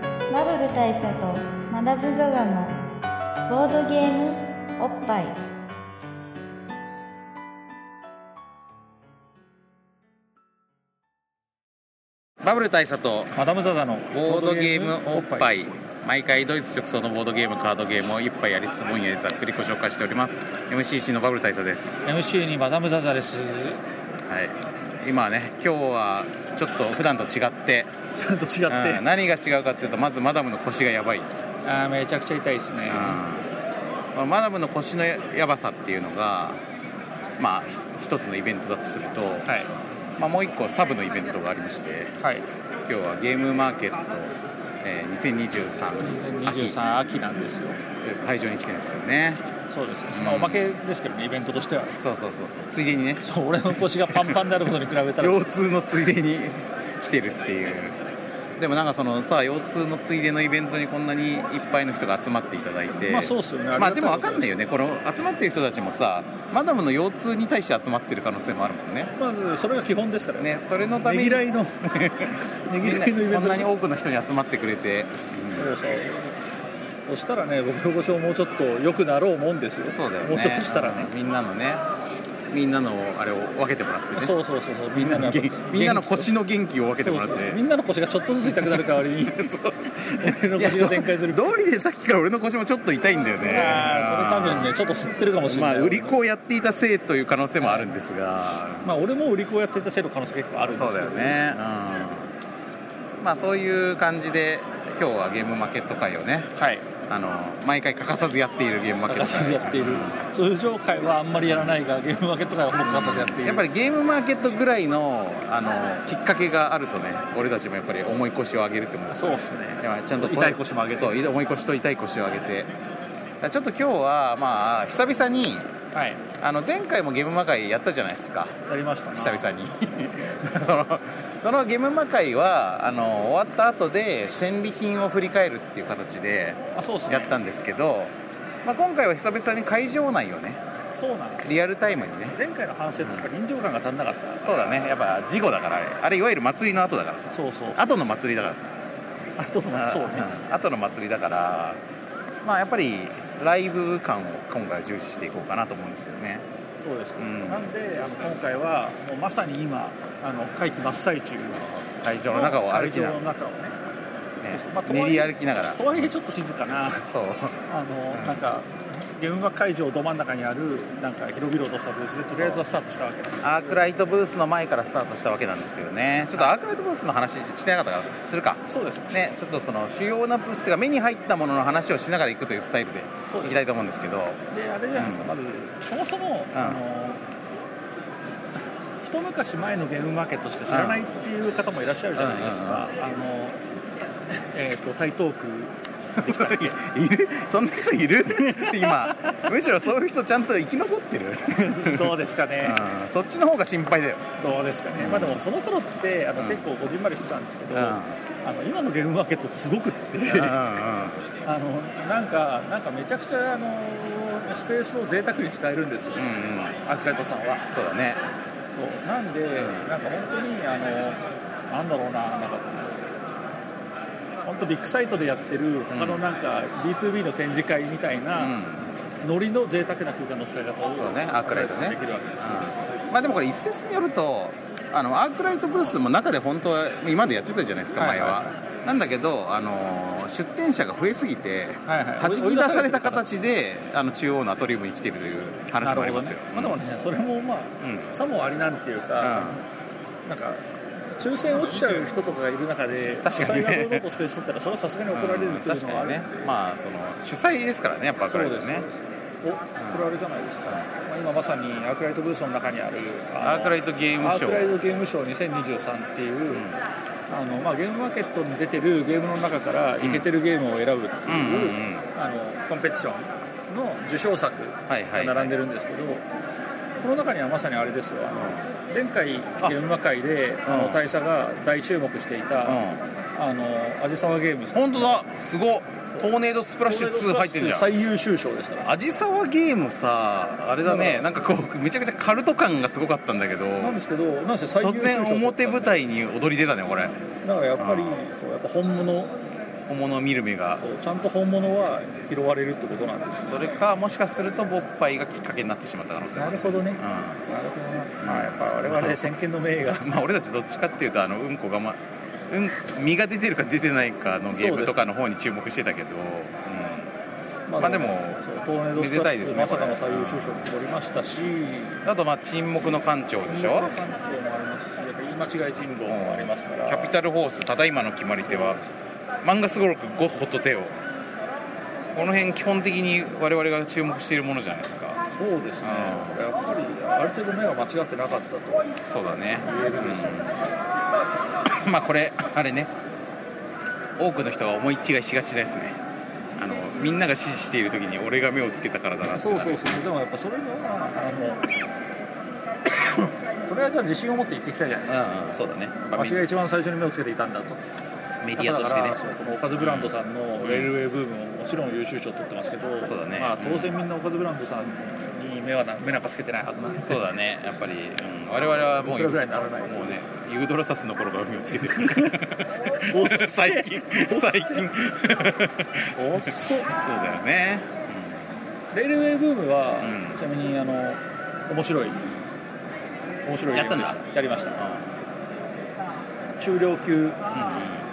部大佐とマダブザザのボードゲームおっぱいバブル大佐とマダム・ザ・ザのボードゲームおっぱい毎回ドイツ直送のボードゲームカードゲームを一杯やりつつ分野でざっくりご紹介しております MCC のバブル大佐です MC にマダム・ザ・ザですはい今はね今日はちょっと普段と違ってちゃんと違って、うん何が違うかっていうとまずマダムの腰がやばい、うんあーめちゃくちゃ痛いですねまあマダムの腰のややばさっていうのがまあひ一つのイベントだとすると、はいまあ、もう一個サブのイベントがありましてはい今日はゲームマーケット、えー2023秋23秋なんですよ会場に来てるんですよねそうですね、まあ、おまけですけどねイベントとしてはそうそうそうそうついでにねそう俺の腰がパンパンであることに比べたら腰痛のついでに来てるっていうでもなんかそのさ腰痛のついでのイベントにこんなにいっぱいの人が集まっていただいてまあそうっすよねまあでも分かんないよよねこの集まってる人たちもさマダムの腰痛に対して集まってる可能性もあるもんねまあそれが基本ですからねねそれのためねにぎらいの ねみぎんらないのイベントこんなに多くの人に集まってくれてそうそうそしたらね僕の腰ももうちょっと良くなろうもんですよそうだよねもうちょっとしたらねうんみんなのねみんなのあれを分けてもらってねそうそうそうそうみんなのやっ元ぱみんなの腰の元気を分けてもらっそうそうてみんなの腰がちょっとずつ痛くなる代わりに 俺のいや腰を展開するど道理でさっきから俺の腰もちょっと痛いんだよねああそれ多分ねちょっと吸ってるかもしれまなあい、売り子をやっていたせいという可能性もあるんですが、まあ俺も売り子をやっていたせいの可能性結構あるんですそうだよね、うん、まあそういう感じで今日はゲームマーケット会をねはいあの毎回欠かさずやっているゲームマーケット欠かさず会やっている通常会はあんまりやらないがゲームマーケット会はほぼ欠かさずやっているやっぱりゲームマーケットぐらいのあのきっかけがあるとね俺たちもやっぱり重い腰を上げるって思うんですそうよですねやっぱちゃんと痛い腰も上げてそう重い腰と痛い腰を上げてちょっと今日はまあ久々にはいあの前回もゲームマー会やったじゃないですかやりましたな久々に そのそのゲームマ会はあの終わった後で戦利品を振り返るっていう形であそうですねやったんですけど、まあ、今回は久々に会場内をねそうなんですリアルタイムにね前回の反省としては臨場感が足んなかったそうだねやっぱ事後だからあれあれいわゆる祭りの後だからさそうそう後の祭りだからさあとはそうねうん後の祭りだからまあやっぱりライブ感を今回は重視していこうかなと思うんですよねそうです、うんなんであの今回はもうまさに今あの会期真っ最中会場の中を歩きな会場がの中をら、ねねそうそうまあとはい練えり歩きながらとはいえちょっと静かなそうあの、うんなんかゲームマ会場ど真ん中にあるなんか広々としたブースでとりあえずはスタートしたわけなんですアークライトブースの前からスタートしたわけなんですよねちょっとアークライトブースの話してなかったからするかそうですねねちょっとその主要なブースっていうか目に入ったものの話をしながら行くというスタイルでそう行ですきたいと思うんですけどであれじゃないですか、まずそもそも、あの一昔前のゲームマーケットしか知らないっていう方もいらっしゃるじゃないですか、あのえっ、と台東区 その時いるそんな人いる今むしろそういう人ちゃんと生き残って る、どうですかね、うんそっちの方が心配だ よどうですかね、まあでもその頃ってあの、結構こじんまりしてたんですけど、うんあの今のゲームマーケットってすごくって、うんうんうんあのなんかなんかめちゃくちゃあのスペースを贅沢に使えるんですよ、うんうんアークライトさんはそうだねそうなんで、なんか本当にあのなんだろうななんか本当ビッグサイトでやってる他のなんか B2B の展示会みたいうな、んノリの贅沢な空間の使い方をそうねアークライトねできるわけですよまあでもこれ一説によるとあのアークライトブースも中で本当は今までやってたじゃないですかはい前は、はいなんだけどあの出店者が増えすぎてはいはい弾き出された形であの中央のアトリウムに来てるという話もありますよ、なるほどねまあ、でもねそれもまあ、うさもありなんていううか、んなんか抽選落ちちゃう人とかがいる中で確かにね主催が堂々とスペース取ったらそれはさすがに怒られるっていう確のはかあにるねんで、まあその主催ですからねやっぱアークそうライでトすねねおこれあれじゃないですか、まあ、今まさにアークライトブースの中にあるあのアークライトゲームアシーョクライートゲームショー2023っていう、あのまあ、ゲームマーケットに出てるゲームの中からイケてるゲームを選ぶってういんう、うんうんあのコンペティションの受賞作はいはがい並んでるんですけど、この中にはまさにあれですよあの前回ゲームマ会であうのん大佐が大注目していた、うんあのアジサワゲームさん本当だすごっトーネードスプラッシュ2入ってるじゃん最優秀賞ですからアジサワゲームさあれだねななんかこうめちゃくちゃカルト感がすごかったんだけどなんですけどなんせ最優突秀賞然表舞台に踊り出たねこれだからやっぱりあそうやっぱ本物本物を見る目がそうちゃんと本物は拾われるってことなんですそれかもしかすると勃発がきっかけになってしまった可能性なもるほどね、うなるほどなまあやっぱ我々先見の明 がんまあ俺たちどっちかっていうとあのうんこがまうん身が出てるか出てないかのゲームとかの方に注目してたけど、まあでもそうトーネードスめでプたラいですスねまさかの最優秀賞も取りましたしうん、あとまあ沈黙の艦長でしょ環境もありますしやっぱ言い間違い人狼もありますからキャピタルホース、ただいまの決まり手は、漫画すごろくゴッホとテオ、この辺、基本的に我々が注目しているものじゃないですか、そうですねうやっぱりある程度目は間違ってなかったとそうだね、言えるでしょうねうん まあこれ、あれね、多くの人が思い違いしがちですね、あのみんなが支持している時に、俺が目をつけたからだなってそうなそうそうでもやっぱそれがあのとりあえずは自信を持って行ってきたじゃないですかうんうん、そうだね、まあ私が一番最初に目をつけていたんだとメディアとしてだからね。そうこのオカズブランドさんのレールウェイブームももちろん優秀賞取ってますけど、そうだねまあ、当然みんなオカズブランドさんに目はな目なんかつけてないはずなんでそうだね、やっぱり、うん、我々はもう、僕らぐらいにならないもうね、ユードロサスの頃から目をつけてる。おっせえ 最近、最近。 おっそそうだよね。レールウェイブームは、うんちなみにあの面白い面白いやったんですゲームやりました中量級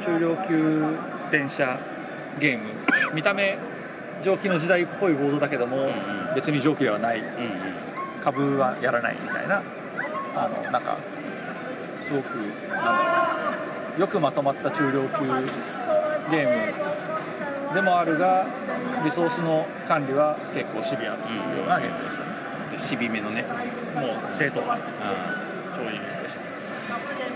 中量級電車ゲーム見た目蒸気の時代っぽいボードだけども、んうん別に蒸気ではないうんうんうん株はやらないみたいなあのなんかすごくあのよくまとまった中量級ゲームでもあるがリソースの管理は結構シビアなようなゲームでしたね、うん。しびめのね。もう正当派う超いいゲームでし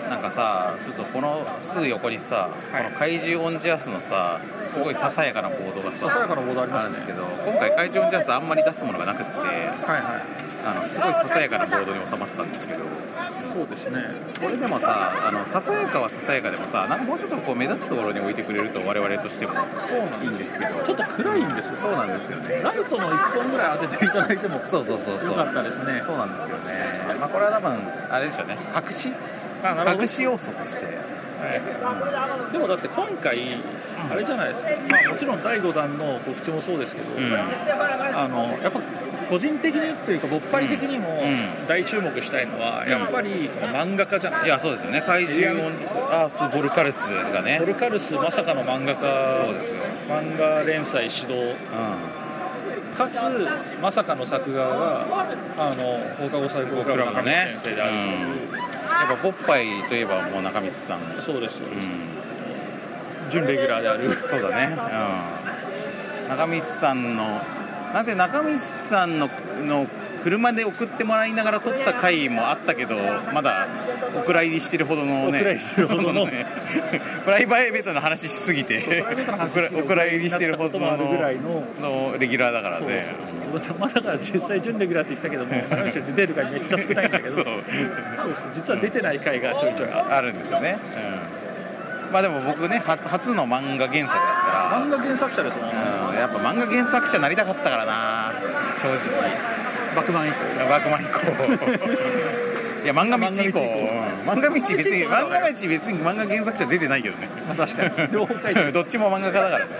たん。なんかさ、ちょっとこのすぐ横にさ、はいこの怪獣オンジャースのさ、すごいささやかなボードがささやさ、かなボードありあまるんすですねけど、今回怪獣オンジャースあんまり出すものがなくって、はいはいあのすごいささやかなボードに収まったんですけど。そうですねこれでもさあのささやかはささやかでもさなんかもうちょっとこう目立つところに置いてくれると我々としてもそうなんいいんですけどちょっと暗いんですよそうなんですよねライトの1本ぐらい当てていただいてもよそうそうそうそうかったですねそうなんですよね、まあ、これは多分あれでしょうね隠しあなるほど隠し要素として、でもだって今回、あれじゃないですか、まあ、もちろん第5弾の告知もそうですけど、うんあのやっぱ個人的にというか、勃発的にもうん大注目したいのは、んやっぱりこの漫画家じゃないいですやそうですよね怪獣オンアース・ボルカレスがか、ねポルカルス、まさかの漫画そう家ですよ、漫画連載指導、うかつ、まさかの作画が、あの放課後最高ん、ク僕ラらブものね先生であるという、やっぱポッパイといえばもう中道さん、うん、そうです、準レギュラーである、そうだね、うん、中道さんのなぜ中道さんのの車で送ってもらいながら撮った回もあったけどまだお蔵入りしてるほどのねお蔵入りしてるほどのね プライベートの話しすぎて お蔵入りしてるほどなったこともあるぐらいのの。のレギュラーだからそうねそうそうまだから実際準レギュラーって言ったけ ども話して出る回めっちゃ少ないんだけどそそううそう実は出てない回がちょいちょいああるんですよね、うん、まあでも僕ね初初の漫画原作ですか漫画原作者ですもんねら、うん、やっぱ漫画原作者になりたかったからな正直バクマン以降ワークマン以降 いや漫画道以降漫画道別に漫画道別に漫画原作者出てないけどね確かに両方書いて るどっちも漫画家だからね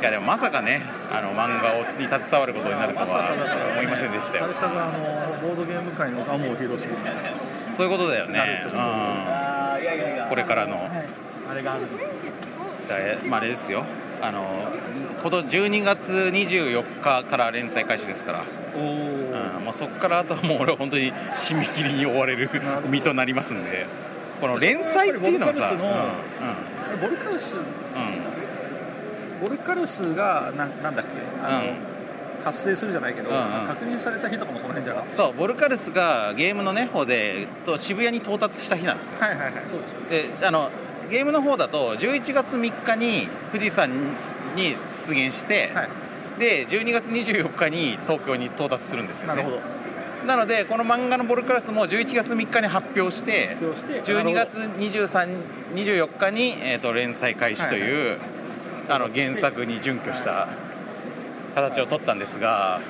いやでもまさかねあの漫画をに携わることになるとは思いませんでしたよあれさがあのボードゲーム界の蒲生宏樹あそういうことだよなるねうほ、ん、これからのれがあるだいまああれですよあのこと12月24日から連載開始ですからおおうんもうそこからあとはもう俺は本当に締め切りに追われるほど身となりますんでこの連載っていうのはさ、そこはやっうボルカルスんうんボルカルスがななんだっけあの、発生するじゃないけど、うんうん確認された日とかもその辺じゃなかっそうボルカルスがゲームのね方でと渋谷に到達した日なんですよたはいはいはいそうですであのゲームの方だと11月3日に富士山に出現して、はいで12月24日に東京に到達するんですよなねるほどなのでこの漫画のボルカルスも11月3日に発表して発表して12月23 24日に、えー、と連載開始という、あの原作に準拠した形を取ったんですが、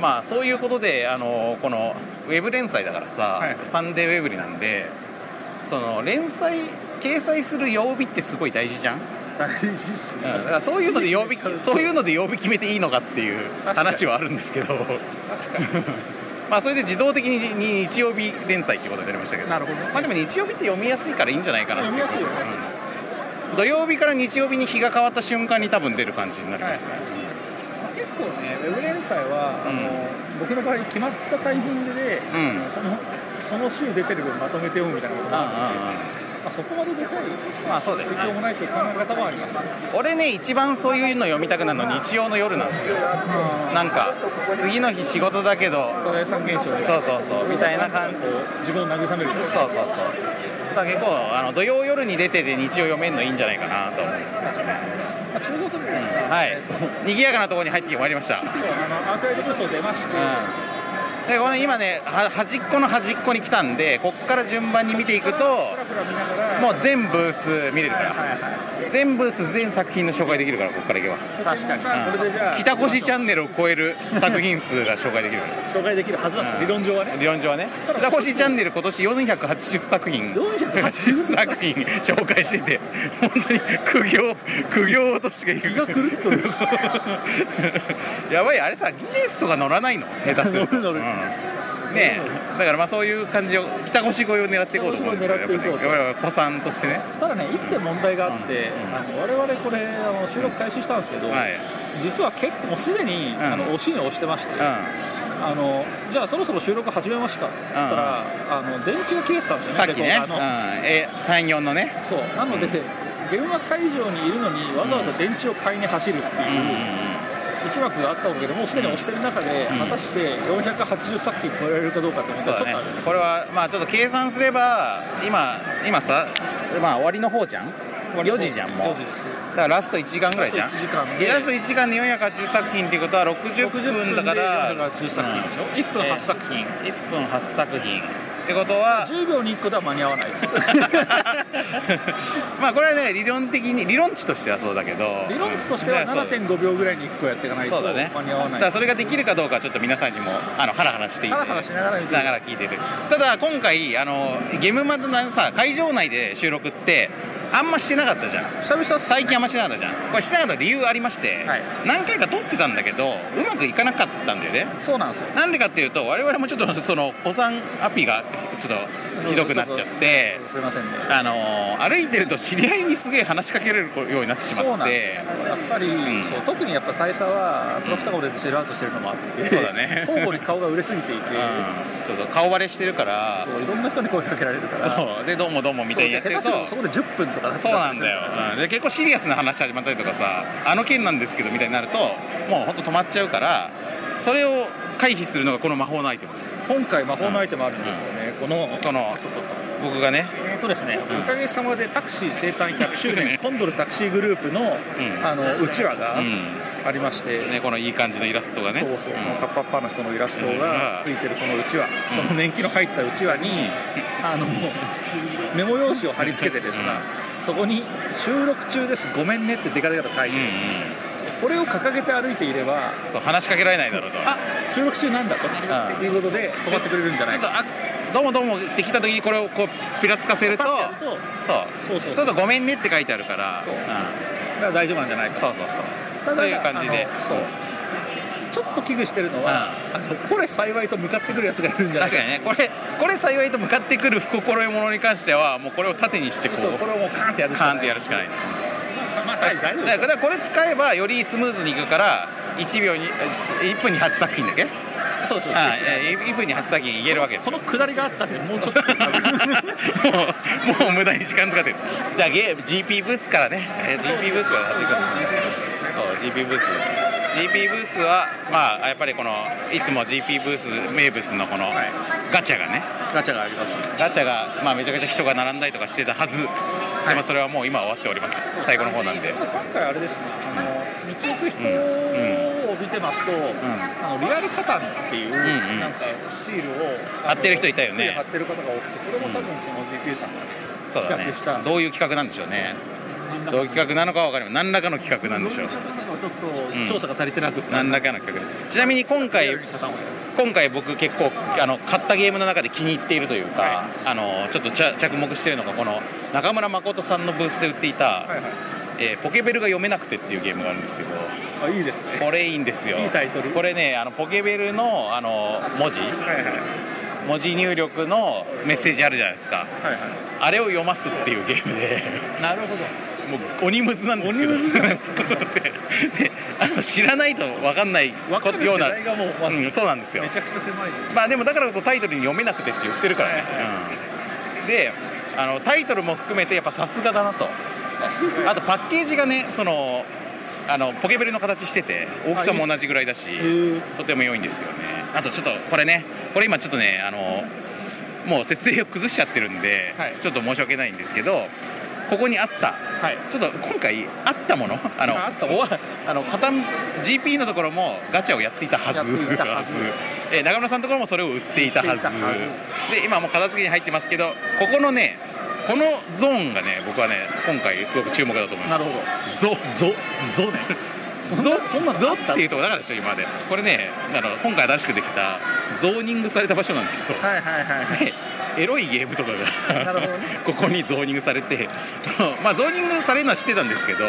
まあそういうことであのこのウェブ連載だからさ、はいサンデーウェブリなんでその連載掲載する曜日ってすごい大事じゃん大事ですうんね、だからそういうので曜日そういうので曜日決めていいのかっていう話はあるんですけどまあそれで自動的にに日曜日連載っていうことになりましたけどなるほどまあでも日曜日って読みやすいからいいんじゃないかなっていう読みやすいよねうん土曜日から日曜日に日が変わった瞬間に多分出る感じになりますね、結構ねウェブ連載は、うんあの僕の場合決まったタイミングで、うんあのそのその週出てる分まとめて読むみたいなことうんうもあんうるんんでまあ、そこまででかいまあそうだよね影響もないという考え方もあります、ね、俺ね一番そういうの読みたくなるの日曜の夜なんですよなんか次の日仕事だけどサザエさん現象でそうそうそうみたいな感じこう自分を慰めるそうそうそうだから結構あの土曜夜に出てで日曜読めるのいいんじゃないかなと思うんですけどあ中国でですね、はいえっと賑やかなところに入ってまいりました、うん、あのアーカイブブースを出まして、でこの今ねは端っこの端っこに来たんでこっから順番に見ていくとふらふら見ながら、もう全ブース見れるかはいらは全ブース全作品の紹介できるからここから行けばい、確かに、これでじゃあ、北越チャンネルを超える作品数が紹介できるか紹介できるはずなんですよ、理論上はらね。理論上はね北越チャンネル今年480作品480作品紹介してて本当に苦行苦行として気が狂っとる やばいあれさギネスとか乗らないの下手すると乗る乗るうんねえだからまあそういう感じを北越越えを狙っていこうと思うんですけどやっぱ北越越えを狙っていこうとりやっぱり子さんとしてねただね、一点問題があって、あの我々これあの収録開始したんですけど、はい実は結構もうすでに、んあの押しに押してまして、うあのじゃあそろそろ収録始めましたっつったら、あの電池が切れてたんですよんねさっきレねコーダーのえ単4のねそうなので、現場会場にいるのにわざわざ電池を買いに走るってうんいう、一幕があったわけでもうすでに押してる中で、ん果たして480作品超えられるかどうかってそうちょっだとあるね、これはまあちょっと計算すれば今今さまあ終わりの方じゃん4時じゃんもう4時ですだからラスト1時間ぐらいじゃんラスト1時間ででラスト1時間で480作品っていうことは60分だから60分で480作品でしょ、1分8作品、 1分8作品ってことは10秒に1個では間に合わないです まあこれはね理論的に理論値としてはそうだけど理論値としてはうんだからそう7.5秒ぐらいに1個やっていかないそとうだね間に合わだなかいらそれができるかどうかはちょっと皆さんにもあのハラハラしていてハラハラしながら見てるしな聞いてるただ今回あのゲームマンのさ会場内で収録ってあんましてなかったじゃん久々っす最近あんましてなかったじゃんこれしてなかった理由ありまして、はい何回か撮ってたんだけどうまくいかなかったんだよねそうなんですよなんでかっていうと我々もちょっとその子さんアピがちょっとひどくなっちゃってすいませんねあのー歩いてると知り合いにすげえ話しかけられるようになってしそまうっなんでてすやっぱり、んそう特にやっぱ大佐はプロクタゴレでセルアウトしてるのもあって、そうだね交互に顔が売れすぎていうて、んそうそう顔バレしてるからそういろんな人に声かけられるからそうでどうもどうもみたいにやってるとそうで下手するとそこで10分とかなっちそうゃなうんんですだよ、うんで結構シリアスな話始まったりとかさあの件なんですけどみたいになるともうほんと止まっちゃうからそれを回避するのがこの魔法のアイテムです今回魔法のアイテムあるんですよね、このこの僕がねえーとですね、んおかげさまでタクシー生誕100周年コンドルタクシーグループの,、んあのうちわがうんありまして、ねこのいい感じのイラストがねそうそう、んカッパッパの人のイラストがついてるこのうちわ、うんこの年季の入ったうちわに、あのメモ用紙を貼り付けてですが、そこに「収録中ですごめんね」ってデカデカと書いてうんる、これを掲げて歩いていればうんそう話しかけられないだろうとあ収録中なんだと、いうことで止まってくれるんじゃないちょっかとあどうもどうもって来た時にこれをこうピラつかせるとパッてやるとそうそうそそうそううそうごめんねって書いてあるからそうんだから大丈夫なんじゃないかそうそうそたうだという感じであのそうちょっと危惧してるのは、あのこれ幸いと向かってくるやつがいるんじゃない確かにねこれこれ幸いと向かってくる心得物に関してはもうこれを縦にしてこそうこうれをもうカーンってやるしカかーないンってやるしかないねまあ大丈夫だからこれ使えばよりスムーズにいくから1秒にえ1分に8作品だっけそうそうはいえ1分に8作品いけるわけですこの下りがあったんでもうちょっともうもう無駄に時間使ってるじゃあゲー GP ブースからね、えー GP ブースからやっていくんですねそう GP ブース GP ブースはまあやっぱりこのいつも GP ブース名物のこのはいガチャがねガチャがありますねガチャが、まあ、めちゃくちゃ人が並んだりとかしてたはず、でもそれはもう今終わっております最後の方なんで今回あれですねあの道行く人んを見てますと、あのリアルカタンっていう、んうんなんかシールを貼ってる人いたよねあの貼ってる方が多くてこれも多分その GP さんがそうだ企ね画したどういう企画なんでしょうねどういう企画なのかは分かりません何らかの企画なんでしょうちょうっんと調査が足りてなくて、何らかの企画ちなみに今リア回ルにカタンをやる今回僕結構あの買ったゲームの中で気に入っているというか、はいあのちょっとちゃ着目しているのがこの中村誠さんのブースで売っていた、はいはいえーポケベルが読めなくて」っていうゲームがあるんですけどあいいですねこれいいんですよいいタイトルこれねあのポケベルのあの文字はいはいはい文字入力のメッセージあるじゃないですかはあれを読ますっていうゲームで いなるほどもう鬼むずなんですけど鬼むずそう でであの知らないと分かんない分かるよ世うな代がもうまずうん、めちそうなんですよゃくちゃ狭いまあでもだからこそタイトルに読めなくてって言ってるからね、うんであのタイトルも含めてやっぱさすがだなとあとパッケージがねそのあのポケベルの形してて大きさも同じぐらいだしへえとても良いんですよねあとちょっとこれねこれ今ちょっとねあのもう設営を崩しちゃってるんで、はいちょっと申し訳ないんですけどここにあったはいちょっと今回あった ものあのああったおあの片 GP のところもガチャをやっていたはずやっていたはず えー中村さんのところもそれを売っていたはず売っていたはで今もう片付けに入ってますけどここのねこのゾーンがね僕はね今回すごく注目だと思いまなするほどゾゾゾねんなそんなのゾあったっていうとこなかったでしょ今までこれねあの今回新しくできたゾーニングされた場所なんですよはいはいはいはいでエロいゲームとかながるほどね ここにゾーニングされて そのまあゾーニングされるのは知ってたんですけど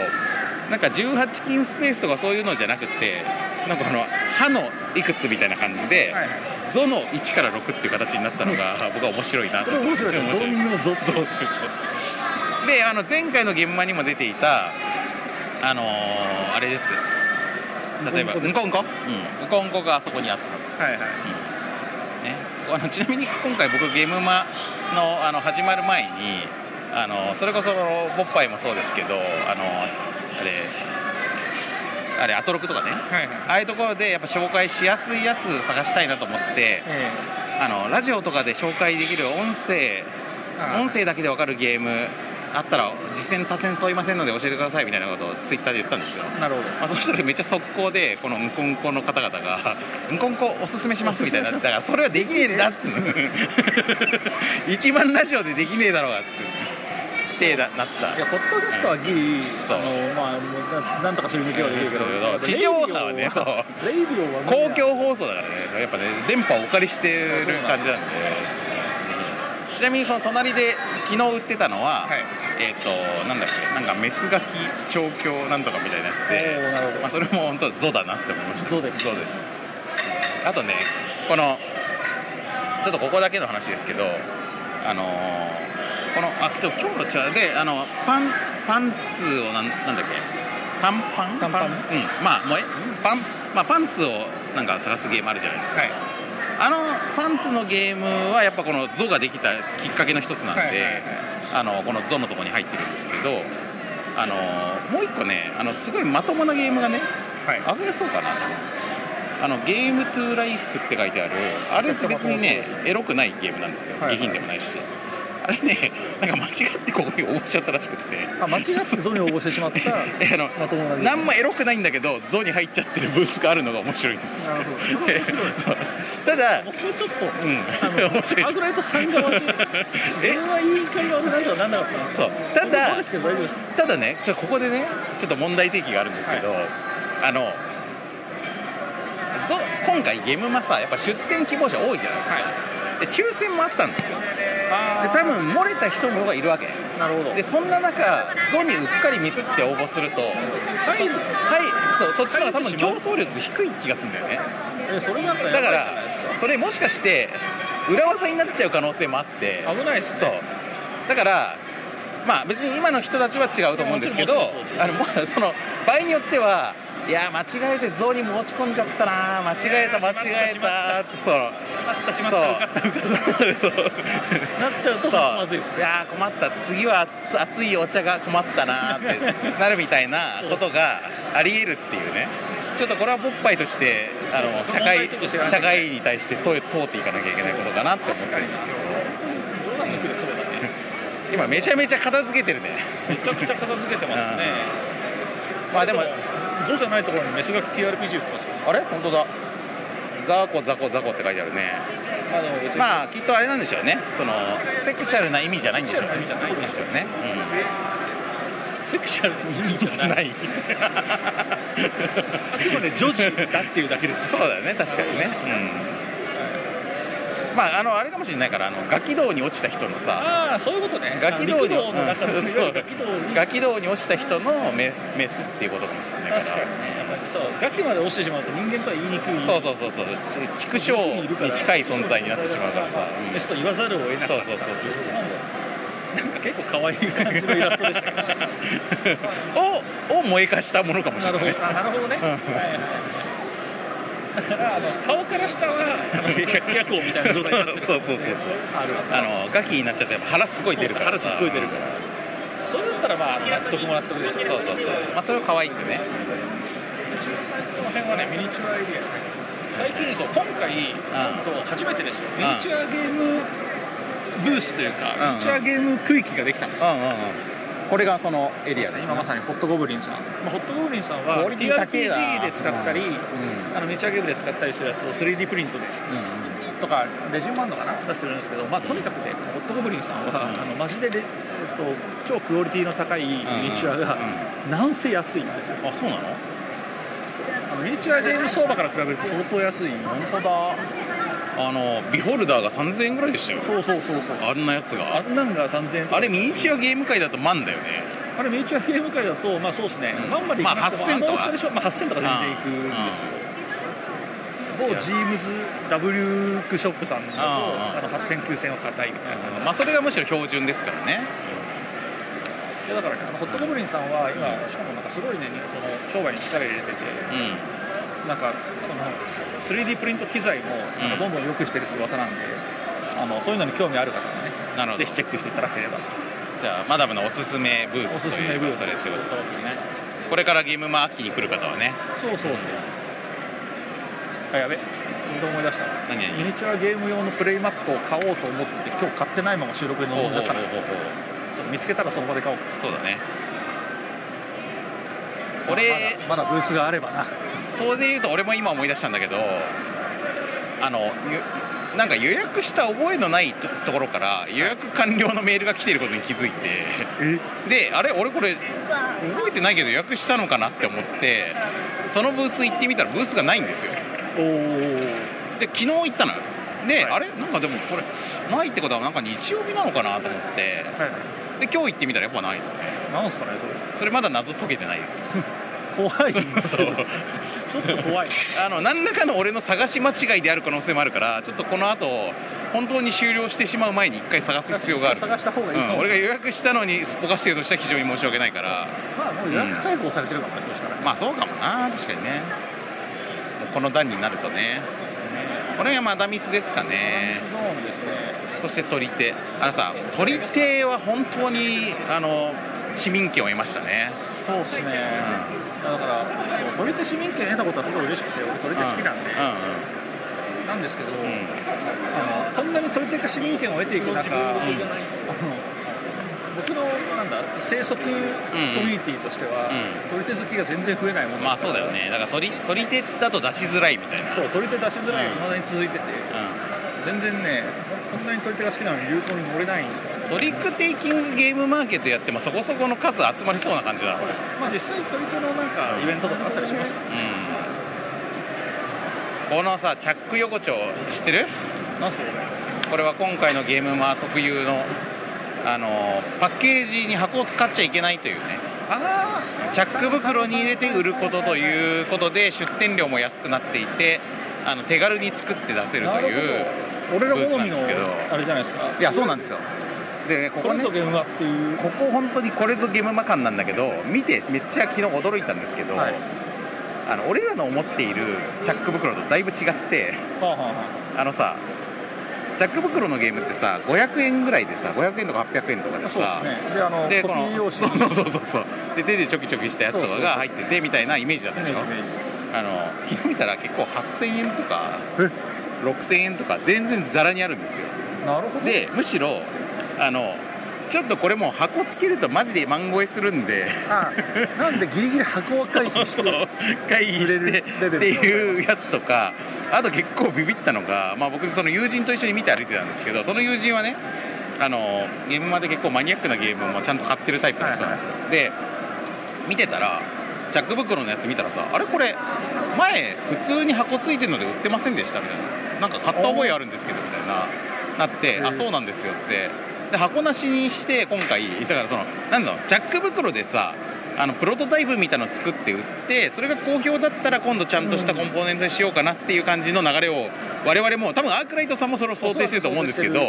なんか18禁スペースとかそういうのじゃなくてなんかこの歯のいくつみたいな感じで、はいはいゾの1から6っていう形になった のが僕は面白いなことれ面白いですねゾーニングのゾゾそうそうであの前回の現場にも出ていたあのーあれです例えばうんウこコンコうんウコンコがあそこにあったはずはいはいね、あのちなみに今回僕ゲームマのあの始まる前にあのそれこそポッパイもそうですけどあのあれあれアトロクとかねはいはいああいうところでやっぱ紹介しやすいやつ探したいなと思ってえあのラジオとかで紹介できる音声え音声だけで分かるゲームあったら実践多戦問いませんので教えてくださいみたいなことをツイッターで言ったんですよなるほどまあ、そしたらめっちゃ速攻でこのうんこんこの方々が 「うんこんこおすすめします」みたいになったからそれはできねえんだっつう の一番ラジオでできねえだろうがっつうてなったいやホットキャストはギリあうのまあもうなんなんとかする向きはできるけどそう地上波はねそうレイディオは公共放送だからねやっぱね電波をお借りしてる感じなんでちなみにその隣で昨日売ってたのは、はいえっ、となんだっけなんかメスガキ調教なんとかみたいなやつで、ええなるほどまあ、それも本当ゾだなって思いましたゾですゾですあとねこのちょっとここだけの話ですけどあのーこのあ今日今日の違うであのパンパンツをなんなんだっけ短パン短パンうんまあもうえパンまあパンツをなんか探すゲームあるじゃないですか、はいあのパンツのゲームはやっぱこのゾができたきっかけの一つなんで、はいはいはいあのこのゾのとこに入ってるんですけどあのもう一個ねあのすごいまともなゲームがねはいあふれそうかなあのゲームトゥーライフって書いてあるあれ別にねエロくないゲームなんですよ、はいはい下品でもないしあれねなんか間違ってここに応募しちゃったらしくてあ間違ってゾに応募してしまったえあのまともなゲーム何もエロくないんだけどゾに入っちゃってるブースがあるのが面白いん ですなるほどでただ僕はちょっとうん面白いアグライトさんが悪いえ電話委員会が危ないとはなんなかったんですそうただですけど大丈夫ですかただねちょっとここでねちょっと問題提起があるんですけど、あのゾ今回ゲームマさやっぱ出店希望者多いじゃないですか、で抽選もあったんですよであ多分漏れた人の方がいるわけあなるほどでそんな中ゾにうっかりミスって応募するとそ入るはいそうそっちの方が多分入競ってし争率低い気がするんだよねえそれだったらだかやばいじゃないらでそれもしかして裏技になっちゃう可能性もあってすか危ないですねそうだからまあ別に今の人たちは違うと思うんですけどいやもちろんもちろんあのもうその場合によってはいや間違えてゾウに申し込んじゃったな間違えた間違えたってそのまったしまったそうそうそうなっちゃうとそう まずいですいやー困った次は熱熱いお茶が困ったなー ってなるみたいなことがありえるっていうねちょっとこれはボッパイとしてあの社問会題としてはね社会に対して問い通っていかなきゃいけないことかなって思ったんですけど冗談抜きでそれだね今めちゃめちゃ片付け てるねめちゃくちゃ片付けてますねまあでもゾじゃないところにメスガキ TRPG 売ってますよあれ本当だザコザコザコって書いてあるねまあでも別にまあきっとあれなんでしょうねそのセクシャルな意味じゃないんでしょうねセクシャルな意味じゃないんでしょうね、セクシャルの意うん、味じゃない いあくまで女児だっていうだけですそうだよね確かにね、うんまああのあれかもしれないからあのガキ道に落ちた人のさああそういうことねガキ道に力道の中うのんそうガキ道にガキ道に落ちた人のメメスっていうことかもしれないから確かにねやっぱりそうガキまで落ちてしまうと人間とは言いにくいそうそうそうそうち畜生に近い存在になってしまうからさ、うんメスと言わざるを得なかったそうそうそうそう なんか結構可愛い感じのイラストでしたねそうをを燃えかしたものかもしなれるないほどあなるほどねはいはいだからあの顔から下はあの夜行みたいな状態になってるそうそうそうそうそうあるあのガキになっちゃってやっぱ腹すごい出るからさ腹すっごい出るからそれだったらまあ納得も納得ですよそうそうそう、まあ、それは可愛くねこの辺はねミニチュアエリア最近そう今回、なんと初めてですよミニチュアゲームブースというか、うんミニチュアゲーム区域ができたんですよ、うんうんうんこれがそのエリアです今ねまさにホットゴブリンさんまあ、ホットゴブリンさんクはオリティ高えな TRPG で使ったり、んあのミニチュアゲームで使ったりするやつを 3D プリントでとかレジュマンドかな出してるんですけど、まあ、とにかくねホットゴブリンさんは、うんあのマジでレ、えっと、超クオリティの高いミニチュアが、なんせ安いんですよあそうなのあのミニチュアゲーム相場から比べると相当安い本当だあのビホルダーが3000円ぐらいでしたよそうそうそうそうあんなやつあがんなんが3000円とかあれミニチュアゲーム界だと万だよねあれミニチュアゲーム界だとまあそうですね、うんまんまでいかなくまてもあ8000のと大かきさでしょ、まあ、8000とか全然いくんですよ某ジームズ W クショップさんだとああの8000、9000は硬いみたいな感じまあそれがむしろ標準ですからねでだからねあのホットゴブリンさんは今しかもなんかすごいねその商売に力入れててうんなんかその 3D プリント機材もなんかどんどん良くしてるって噂なんで、あのそういうのに興味ある方はねなるほどぜひチェックしていただければじゃあマダムのおすすめブーおスすすといめうブかースそれでっすてことですねこれからゲームマ秋に来る方はねそうそうそうあやべそれで思い出した何ミ々ニチュアゲーム用のプレイマットを買おうと思ってて今日買ってないまま収録にほう臨んじほうゃっほうたほのうでちょっと見つけたらその場で買おうそうだねま俺だまだブースがあればなそれで言うと俺も今思い出したんだけどあのゆなんか予約した覚えのないとところから予約完了のメールが来てることに気づいてであれ俺これ覚えてないけど予約したのかなって思ってそのブース行ってみたらブースがないんですよおおで昨日行ったのよで、はいあれなんかでもこれないってことはなんか日曜日なのかなと思ってはいで今日行ってみたらやっぱないのねなんすかねそれそれまだ謎解けてないです怖いですそねうちょっと怖いあの何らかの俺の探し間違いである可能性もあるからちょっとこの後本当に終了してしまう前に一回探す必要がある、探した方がいいうかん、もし俺れがない、予約したのにすっぽかしてるとしたら非常に申し訳ないからまあもう予約開放されてるかもね、そうしたらねまあそうかもな確かにねもうこの段になるとねこれがマダミスですかねゾーンですねそして鳥手あのさ鳥手は本当にあの市民権を得ましたねそうですね、だからそう取り手市民権得たことはすごい嬉しくて俺取り手好きなんで、うなんですけど、んうんうんあのこんなに取り手が市民権を得ていく中、あの僕のなんだ生息コミュニティとしては、取り手好きが全然増えないうもんのまあそうだよねだから取り取り手だと出しづらいみたいなそう取り手出しづらいがうん未だに続いてて、全然ねこんなに取り手が好きなのに流行に乗れないんですようんトリックテイキングゲームマーケットやってもそこそこの数集まりそうな感じだなこれまあ実際取り手のなんかイベントとかあったりしますかうんこのさチャック横丁知ってるなんすかこれこれは今回のゲームマー特有のあのパッケージに箱を使っちゃいけないというねあチャック袋に入れて売ることということで出店料も安くなっていてあの手軽に作って出せあるとなるいうほど俺ら好みブースなのんですけどあれじゃないですかいやそうなんですよでねこここれねぞ現場っていうここ本当にこれぞゲームマ感なんだけど見てめっちゃ昨日驚いたんですけど、はいあの俺らの思っているチャック袋とだいぶ違ってはあはあはあのさチャック袋のゲームってさ500円ぐらいでさ500円とか800円とかであさそうですねであのでコこピのー用紙そうそうそうそうで手でちょきちょきしたやつとかが入っててみたいなイメージだったでしょあの昨日見たら結構8000円とか6000円とか全然ザラにあるんですよなるほどでむしろあのちょっとこれもう箱つけるとマジでマンゴえするんであなんでギリギリ箱は回避しそてう回避してレベルっていうやつとかあと結構ビビったのが、まあ、僕その友人と一緒に見て歩いてたんですけどその友人はねあのゲームまで結構マニアックなゲームもちゃんと買ってるタイプの人なんですよ、で見てたらジャック袋のやつ見たらさあれこれ前普通に箱ついてるので売ってませんでしたみたいななんか買った覚えあるんですけどみたいななってあそうなんですよっつってで箱なしにして今回だからそのなんだろうジャック袋でさあのプロトタイプみたいの作って売ってそれが好評だったら今度ちゃんとしたコンポーネントにしようかなっていう感じの流れを我々も多分アークライトさんもそれを想定してると思うんですけど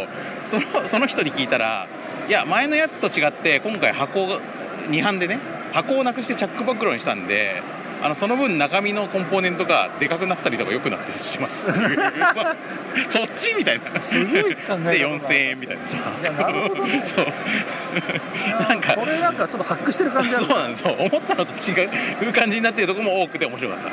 そのその人に聞いたらいや前のやつと違って今回箱が2班でね箱をなくしてチャック袋にしたんであのその分中身のコンポーネントがでかくなったりとか良くなったりしてます っていうそそっちみたいなすごい考え方だなで4000円みたいなさいやなるほどね そうなんかこれなんかちょっと発掘してる感じあそるうなんですよ思ったのと違う感じになってるとこも多くて面白かった、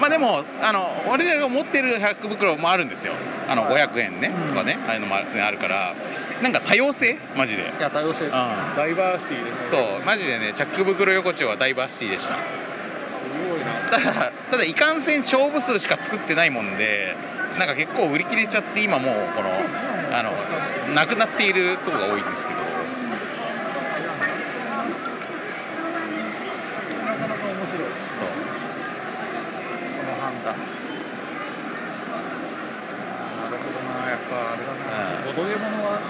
まあでもあの俺らが持ってる100袋もあるんですよあのはい500円ね、うんとかねああいうのもあるからなんか多様性マジで、いや多様性うんダイバーシティですねそうマジでねチャック袋横丁はダイバーシティでしすたごいなただただいかんせん勝負数しか作ってないもんでなんか結構売り切れちゃって今もうこのあのなくなっているとこが多いんですけどなかなか面白いですこのそう判断なるほどなやっぱあれだなボドゲモノは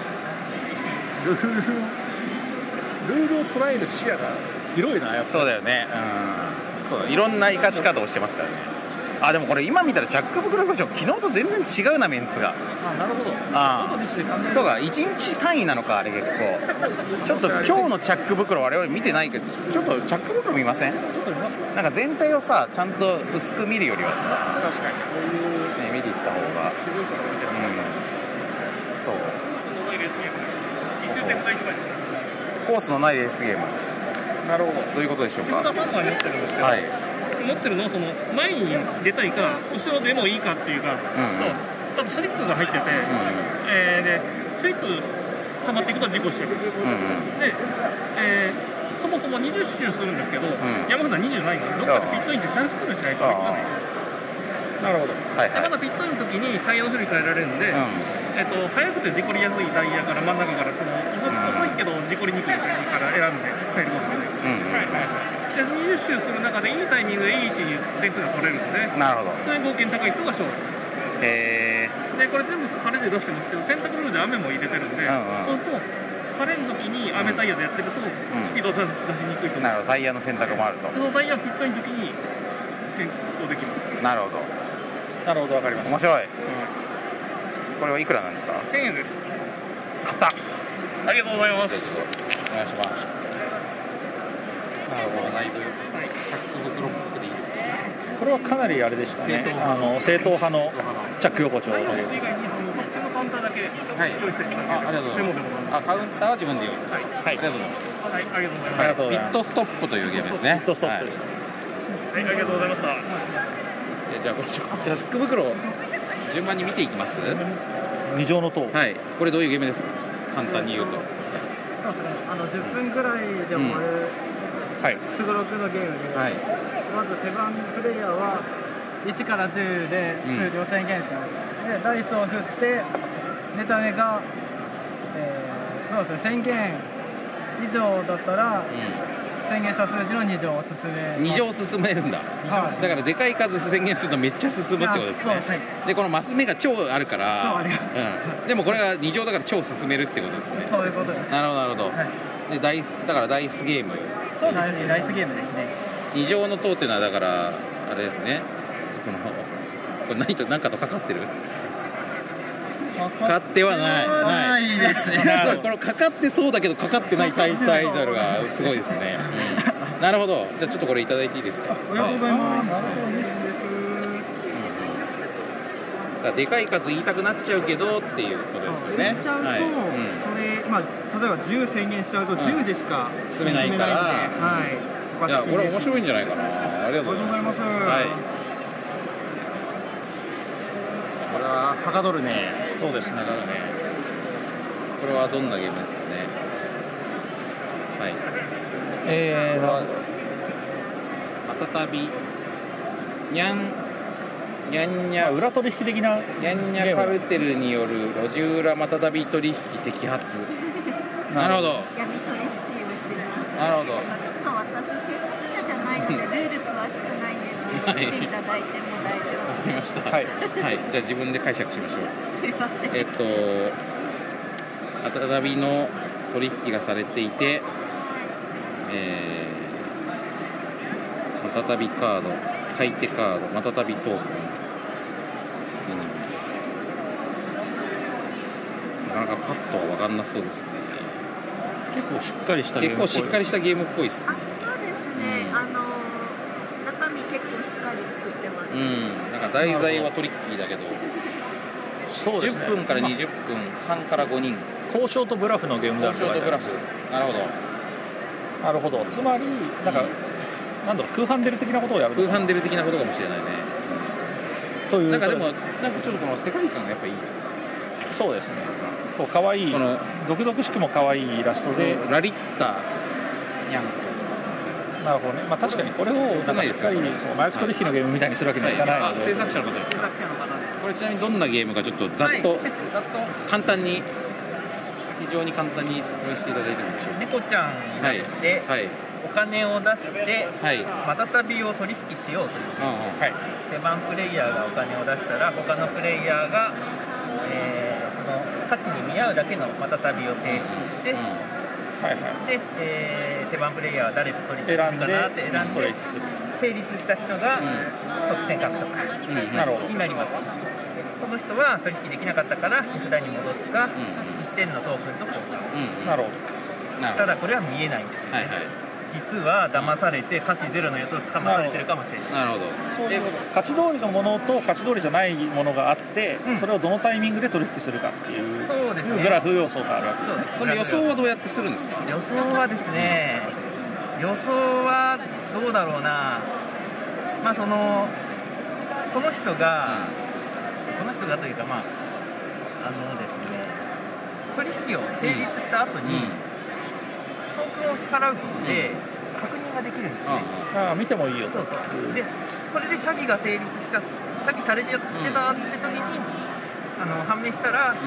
ルールルールを捉える視野が広いなやっぱそうだよねうんそうだねいろんな生かし方をしてますからねあでもこれ今見たらチャック袋ョン昨日と全然違うなメンツがあなるほどあ後でして考そうか1日単位なのかあれ結構ちょっと今日のチャック袋我々見てないけどちょっとチャック袋見ませえんちょっと見ますかなんか全体をさちゃんと薄く見るよりはさ確かにこういうね、見ていった方が、渋いところ見てうもん、そうコースのないレースゲームなるほどどういうことでしょうか田さんは持ってるんですけど、はい持ってるのをその前に出たいか後ろでもいいかっていうか、とあとスリップが入ってて、えーでスリップ溜まっていくと事故しちゃうんですようんうんで、えーそもそも20周するんですけど、ん山札20ないからどっかでピットインしてシャンフルしないといけないんですよなるほどはいではまいだピットインの時にタイヤの種類変えられるんで、うえっと速くて事故りやすいタイヤから真ん中からその遅遅いけど事故りにくいタイヤから選んで変えることができるんうんはいはいで20周する中でいいタイミングでいい位置に点数が取れるのでなるほどそれ合計高い人が勝利へえでこれ全部晴れで出してますけど洗濯ルールで雨も入れてるんうんで、うんそうすると晴れの時に雨タイヤでやってるとスピードを出し出しにくいと思なるほどタイヤの選択もあるとうでそのタイヤはピットインの時に変更できますなるほどなるほどわかりま面白い、これはいくらなんですか1000円です買ったありがとうございますお願いしますなるほどいぶはい袋持っていいですねこれはかなりあれでしたねあの正統派のチャック横丁とタイヤのい位う置以外にその特典のカウンターだけ用意していただけあありがとうございまメモでございますあカウンターは自分で用意するはいありがとうございますすはいありがとうございあまりすがとうございまビッすトストップというゲームですねビットストップでしはたはいありがとうございましいたじゃあこれちょっとジャック袋を順番に見ていきますは二乗の塔いこれどういうゲームですか簡単に言うとそうですね、あの10分ぐらいで終わるはいすごろくのゲームで、はいまず手番プレイヤーは1から10で数字を宣言します、でダイスを振ってネタ目が、えーそうですね宣言以上だったら宣言した数字の2乗を進め二乗進めるんだはいだからでかい数宣言するとめっちゃ進むってことですねあそうですでこのマス目が超あるからそうありますうんでもこれが二乗だから超進めるってことですねそういうことですなるほどなるほど、はいでダイスだからダイスゲームそうですねライスゲームですね二乗の塔っていうのはだからあれですねこのこれ何と何かとかかってるかかってはないいですねなるほどこのかかってそうだけどかかってないタイタイトルがすごいですね、うんなるほどじゃあちょっとこれいただいていいですかありがとうございますだからでかい数言いたくなっちゃうけどっていうことですよね言っちゃうと、はいんそれまあ例えば10宣言しちゃうと10でしか進めないからはい。いやこれ面白い白いんじゃないかなありがとうございますありがとうございはますいこれははかどるねそうですねはかどるねこれはどんなゲームですかねはいえーなまたたびにゃんにゃんにまあゃ裏取引的なにゃんにゃカルテルによる路地裏またたび取引摘発 なるほど闇取引をしますなるほどちょっと私制作者じゃないのでルー詳しくないんですはけど、い来ていただいても大丈わかりました。はいはい、じゃあ自分で解釈しましょう。夫。すいません。えっと、再びの取引がされていて、えー、またたびカード、買い手カード、またたびトークン。うんなかなかパッとは分かんなそうですね。結構しっかりした結構しっかりしたゲームっぽいですねあ、。そうですね。あの中身結構しっかり作ってます。うん、なんか題材はトリッキーだけど、そうですね10分からまあ20分、3から5人、交渉とブラフのゲームだ交渉とグラフ、なるほど、なるほどつまりなんか、なんだろう空ハンデル的なことをやる空ハンデル的なことかもしれないね。というなんかでも、なんかちょっとこの世界観がやっぱいいね、そうですねこう可愛いこの独々しくも可愛いイラストで、ラリッタ、ニャンコ、なるほどね、まあ、確かにこれをなんかしっかりこれそう麻薬取引のゲームみたいにするわけにはいかないあので、制作者の方です制。作者の方ですこれちなみにどんなゲームかちょっとざっと、ざっと簡単に、非常に簡単に説明していただいてもいいでしょうか。猫ちゃんはい、ではい、お金を出してはい、うんうんまたたびを取引しようというはい、でワンプレイヤーがお金を出したら他のプレイヤーが、えーその価値に見合うだけのまたたびを提出して、うんはいはで、えー手番プレイヤーは誰と取引すい、るか選んでなって選んでこれする成立した人が得点獲得うんうんなるほどになりますこの人は取引できなかったから手札に戻すか1点のトークンと交換うんうんなるほなるたほどだこれは見えないんですよはいはい実は騙されて価値ゼロのやつを捕まされてるかもしれないなるほどどそうえいう勝ち通りのものと勝ち通りじゃないものがあって、うんそれをどのタイミングで取引するかっていうそうですねグラフ要素があるわけですそうそのねです予想はどうやってするんですか予想はですね予想はどうだろうなまあそのこの人が、この人がというかまああのですね取引を成立した後うんに、トークンを支払うことで確認ができるんですね、ああ見てもいいよそうそうでこれで詐欺が成立しちゃ詐欺されちゃってたって時に、あの判明したら、うんそ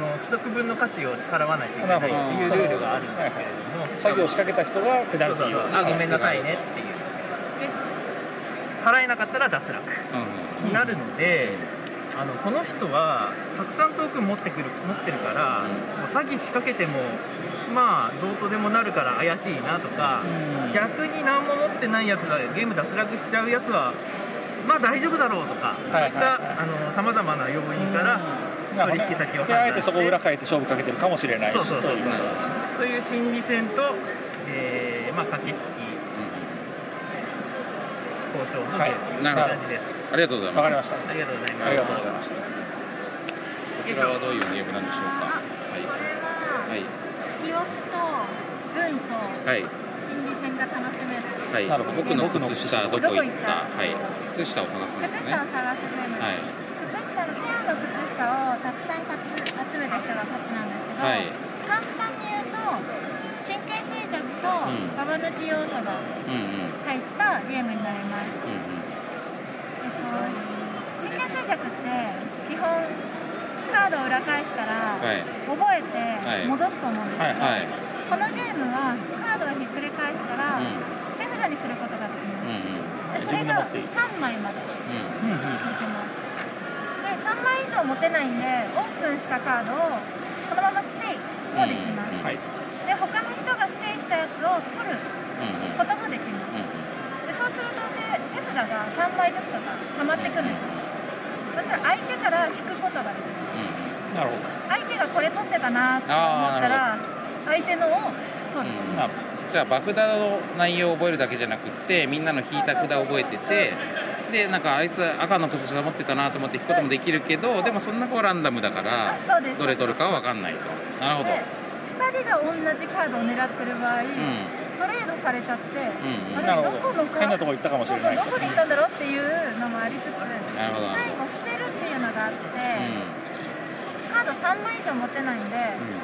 の規則分の価値を支払わないといけないっていなるうほどルールがあるんですけれども、作業を仕掛けた人がペナルティーをあごめんなさいねっていうで払えなかったら脱落になるので、あのこの人はたくさんトークン持ってくる持ってるから、もう詐欺仕掛けてもまあどうとでもなるから怪しいなとか、逆に何も持ってないやつがゲーム脱落しちゃうやつはまあ大丈夫だろうとか、はいはいそういったさまざまな要因から取引先を判断してであえてそこを裏変えて勝負かけてるかもしれないしそうそうそうというという心理戦と、えーまあ、駆け引き、交渉のはいゲームなるほど感じです。ありがとうございわまかすりましたありがとうございます。ありがとうございましたこちらはどういうゲームなんでしょうこかれははい記憶と文とはい心理戦が楽しめる。はいなはるほいど僕の靴下どこどこ行行っったたはい靴下を探すんですね靴は下を探すゲームです。い靴下のペアの靴下をたくさん集めた人が勝ちなんですけど、はい簡単に言うと神経衰弱とんババ抜き要素がうんうん入ったゲームになります、うえっと神経衰弱って基本カードを裏返したらんはい覚えはいて戻すと思うんですけど、はいこのゲームはカードをひっくり返したらうん手札にすることができうんまうんす、でそれが3枚までうできますで3枚以上持てないんでオープンしたカードをそのままステイもできます、うんはいで他の人がステイしたやつを取んるうんこともできますでそうすると手手札が3枚ずつとか溜まってくるんですよそしたら相手から引くことができますなるほ相手がこれ取ってたなって思ったら相手のを取る、どなるほじゃあバフダの内容を覚えるだけじゃなくってみんなの引いた札を覚えててでなんかあいつ赤の靴下持ってたなと思って引くこともできるけどでもそんな子はランダムだからあそうですどれ取るかは分かんないとなるほどで2人が同じカードを狙ってる場合、うんトレードされちゃって、んあれなるどほどこのカ変なとこ行ったかもしれないそうそうどこに行ったんだろうっていうのもありつつなるほど最後捨てるっていうのがあって、うカード3枚以上持てないんで、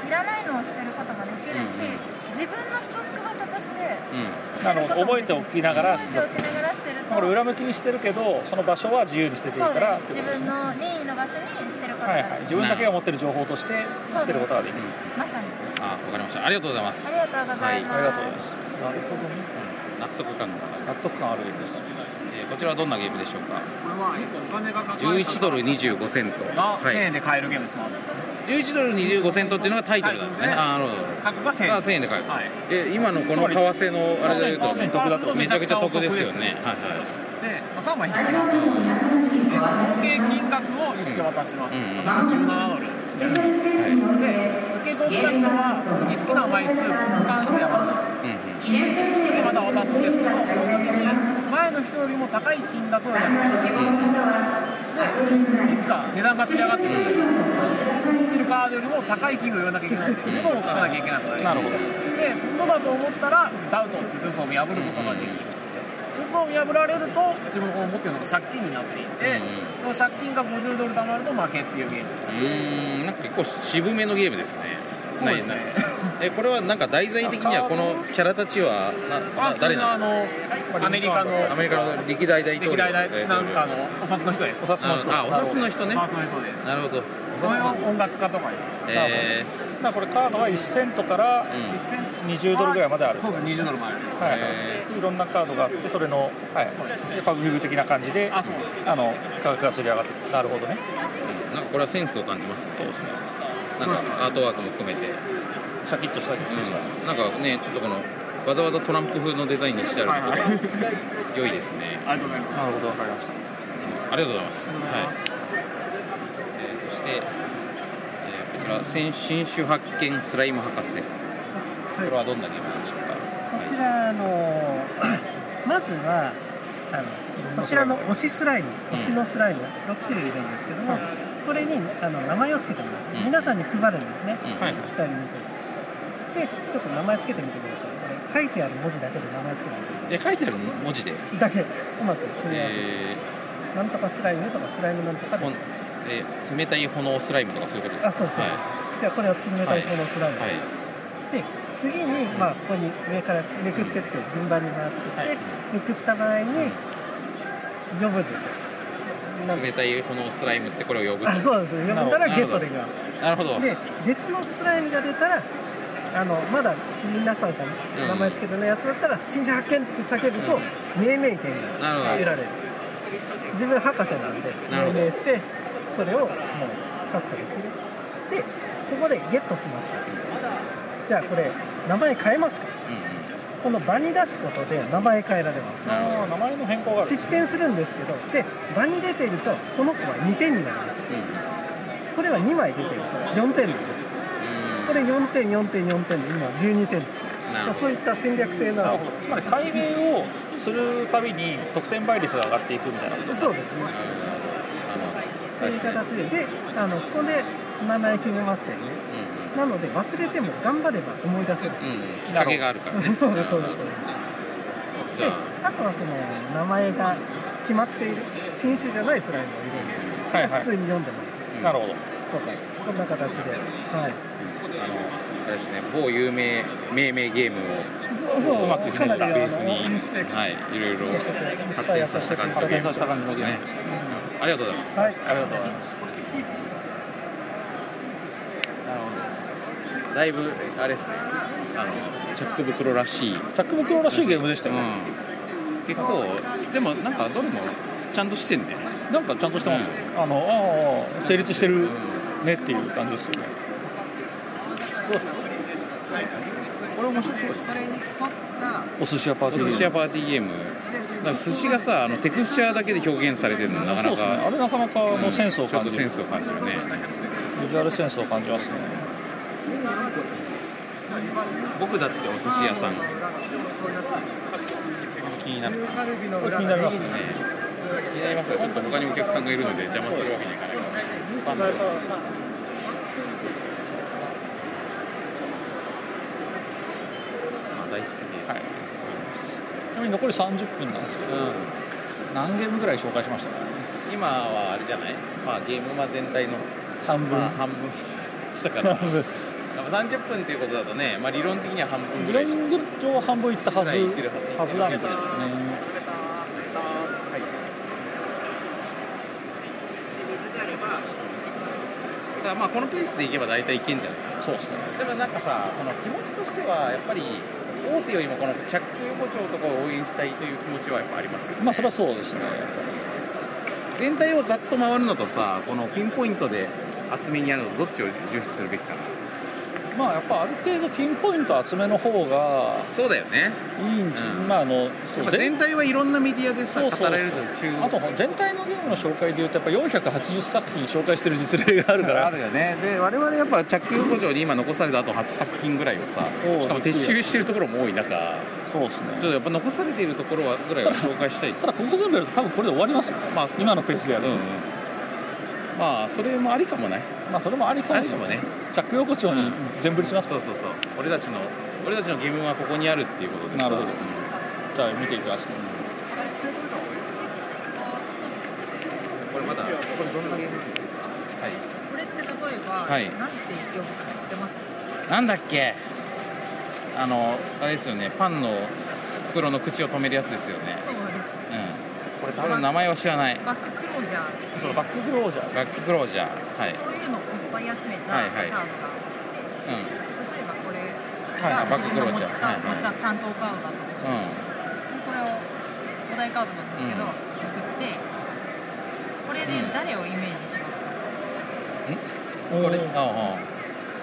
いらないのを捨てることができるし、うん自分のストック場所としんうてんなるほど覚えておきながら覚えておきながら捨てるとこれ裏向きにしてるけどその場所は自由にしてていいそうかでらっすてことです自分ねの任意の場所に捨てることがはでいきる、はい自分だけが持ってる情報としてそうしてることができるまさにあわかりましたありがとうございますありがとうございます、ありがとうございますなるほどね納得感が高い、納得感あるゲームでしたねえーこちらはどんなゲームでしょうかこれはお金がかかる11ドル25セントがは1000い、円で買えるゲームですまず11ドル25セントっていうのがタイトルなんですねタイトルであーなるほどすね価格が1000円が1000円で買える、はいえ今のこの為替のあれで言うと100%得だとめちゃくちゃ得ですよね、はいはいで、まあ、3枚引きます。で、合計金額を言って渡します。うんうんだから17ドル。で、受け取った人は次好きな枚数交換してまうんうんた、で、次また渡すんですけど、その時に前の人よりも高い金額を出します。で、いつか値段がつき上がってくるんですよ。売ってるカードよりも高い金額を言わなきゃいけないんで、嘘をつかなきゃいけなくなりなます。るほどで嘘だと思ったらダウトっていう嘘を見破ることができる、嘘を見破られると自分のこの持ってるのが借金になっていて、その借金が50ドル貯まると負けっていうゲームうーんなんか結構渋めのゲームですねそうですねはいなんかえこれはなんか題材的にはこのキャラたちはなな誰なんであのアメリカのすかアメリカの歴代大統領歴代大なんかのお札の人ですお札あのあお札の人ねお札の人ですなるほどおそれ札はの音楽家とかですえまあこれカードは1セントからーうん一銭20ドルぐらいまであるそうです20ドルまであるはいえいろんなカードがあってそれの、はい、でパブリブ的な感じであそうですあの価格がすり上がってくるなるほどねなんかこれはセンスを感じますねなんかアートワークも含めて、シャキッとしたりした、うん、なんかねちょっとこのわざわざトランプ風のデザインにしてあるはいはいあことが良いですねりがとうございますなるほどわかりましたありがとうございますありがとうございはまいす、えーそして、えーこちら先新種発見スライム博士これはどんなゲームなんでしょうか、こちはらあの まずはあのこちらの推しスライムうん推しのスライム6種類いるんですけども、これにあの名前を付けてもらう、うん皆さんに配るんですね、いうんはい一人ずつでちょっと名前付けてみてくださいこれ書いてある文字だけで名前付けてみえ書いてある文字で、てだけうまく組み合わせて、えなんとかスライムとかスライムなんとかーでほんえー冷たい炎スライムとかそういうことですかあそうそう、はいじゃあこれを冷たい方のスライム、はいで次に、まあ、ここに上からめくってって順番に回ってって、めくった場合に呼ぶんですよなんで冷たい炎スライムってこれを呼ぶあそうですよ呼んだらゲットできますなるほどで別のスライムが出たらあのまだ皆さんがうん名前つけてないやつだったら「新種発見!」って叫ぶと、命名権なるほがど得られる自分博士なんでなるほど命名してそれをもう確保できるでここでゲットしましたじゃあこれ名前変えますかこの場に出すことで名前変えられますなるほど名前の変更がある失点するんですけどで場に出ているとこの子は2点になりますうんうんこれは2枚出てると4点なんですこれ4点4点4点で今12点なるほそういった戦略性なつまり解明をするたびに得点倍率が上がっていくみたいなことそうですねとどいう形でであのここで名前決めましたよねなので忘れても頑張れば思い出せるうんうんうん影があるからねそうですそうですそうですじでゃあとはその名前が決まっている新種じゃないスライムを入れはいるはい普通に読んでもならるほどうとかそんな形ではいああのあれですね某有名命名ゲームをそうそううまくかなりあのベースに、インスペクトはい、いろいろ発展させた感じの発見させた感じのゲームね。ありがとうございます。はいありがとうございますだいぶあれですね。あのチャック袋らしい。うん。チャックボクロらしいゲームでしたよね、結構でもなんかどれもちゃんとしてんだよね。なんかちゃんとしてますよ、あのああ成立してるねっていう感じですよねこれ面白そうです。お寿司屋パーティー寿司ゲー屋パーティーゲーム。なんか寿司がさあのテクスチャーだけで表現されてるのなムかそうなですねかあ。れなかなかあのセンスをちょっ感とじセるンスを感じるね。ビジュアルセンスを感じますね僕だってお寿司屋さん。気になる。これ気になりますね気になりますが、ちょっと他にお客さんがいるので邪魔するわけにはいかないから。まあ、大好きで。はいちなみに残り30分なんですけど何ゲームぐらい紹介しましたかうん、今はあれじゃない、まあ、ゲームは全体の、半分まあ、半分したからやっぱ30分っていうことだとね、まあ、理論的には半分ぐグらラいしてンド上半分いったはず行ってるはずはずなんですよねだからまあこのペースでいけば大体いけんじゃないそうですねでもなんかさその気持ちとしてはやっぱり大手よりもこの着横丁とかを応援したいという気持ちはやっぱありますよまあそれはそうですね全体をざっと回るのとさこのピンポイントで厚めにやるのとどっちを重視するべきかなまあやっぱある程度ピンポイント集めの方がそうだよねいいんじゃ、うんまああのそやっうぱ全全体はいろんなメディアでさそうそうそう語られると中あと全体のゲームの紹介でいうとやっぱ480作品紹介してる実例があるからあるよねで我々やっぱ着用補助に今残されたあと8作品ぐらいをさおうしかも撤収してるところも多い中ちそうですねょっとやっぱ残されているところはぐらいは紹介したいただここ全部やると多分これで終わりますよまあそう今のペースでやるうと、んうんまあそれもありかもないまあそれもありかあもりしかれなもいね着用誇張に全振りします、そうそうそう俺たちの俺たちの義務はここにあるっていうことでさなるほどじゃあ見ていきますこれまだこれどんなゲームですかはいこれって例えば、はいなんて呼ぶか知ってますなんだっけあのあれですよねパンの袋の口を止めるやつですよねそうですうんこれ多分名前は知らないバッククロージャーそのバッククロージャーバッククロージャーはい、そういうのをいっぱい集めたはカいードがはあっいて、例えばこれはがいバック自ク分ロのー持ジャちーカーはいドはい持ちカード担当カードだと思うんですうんけどこれをお題カードなんですけうど、ん送ってこれで誰をイメージしますか、うんこれああ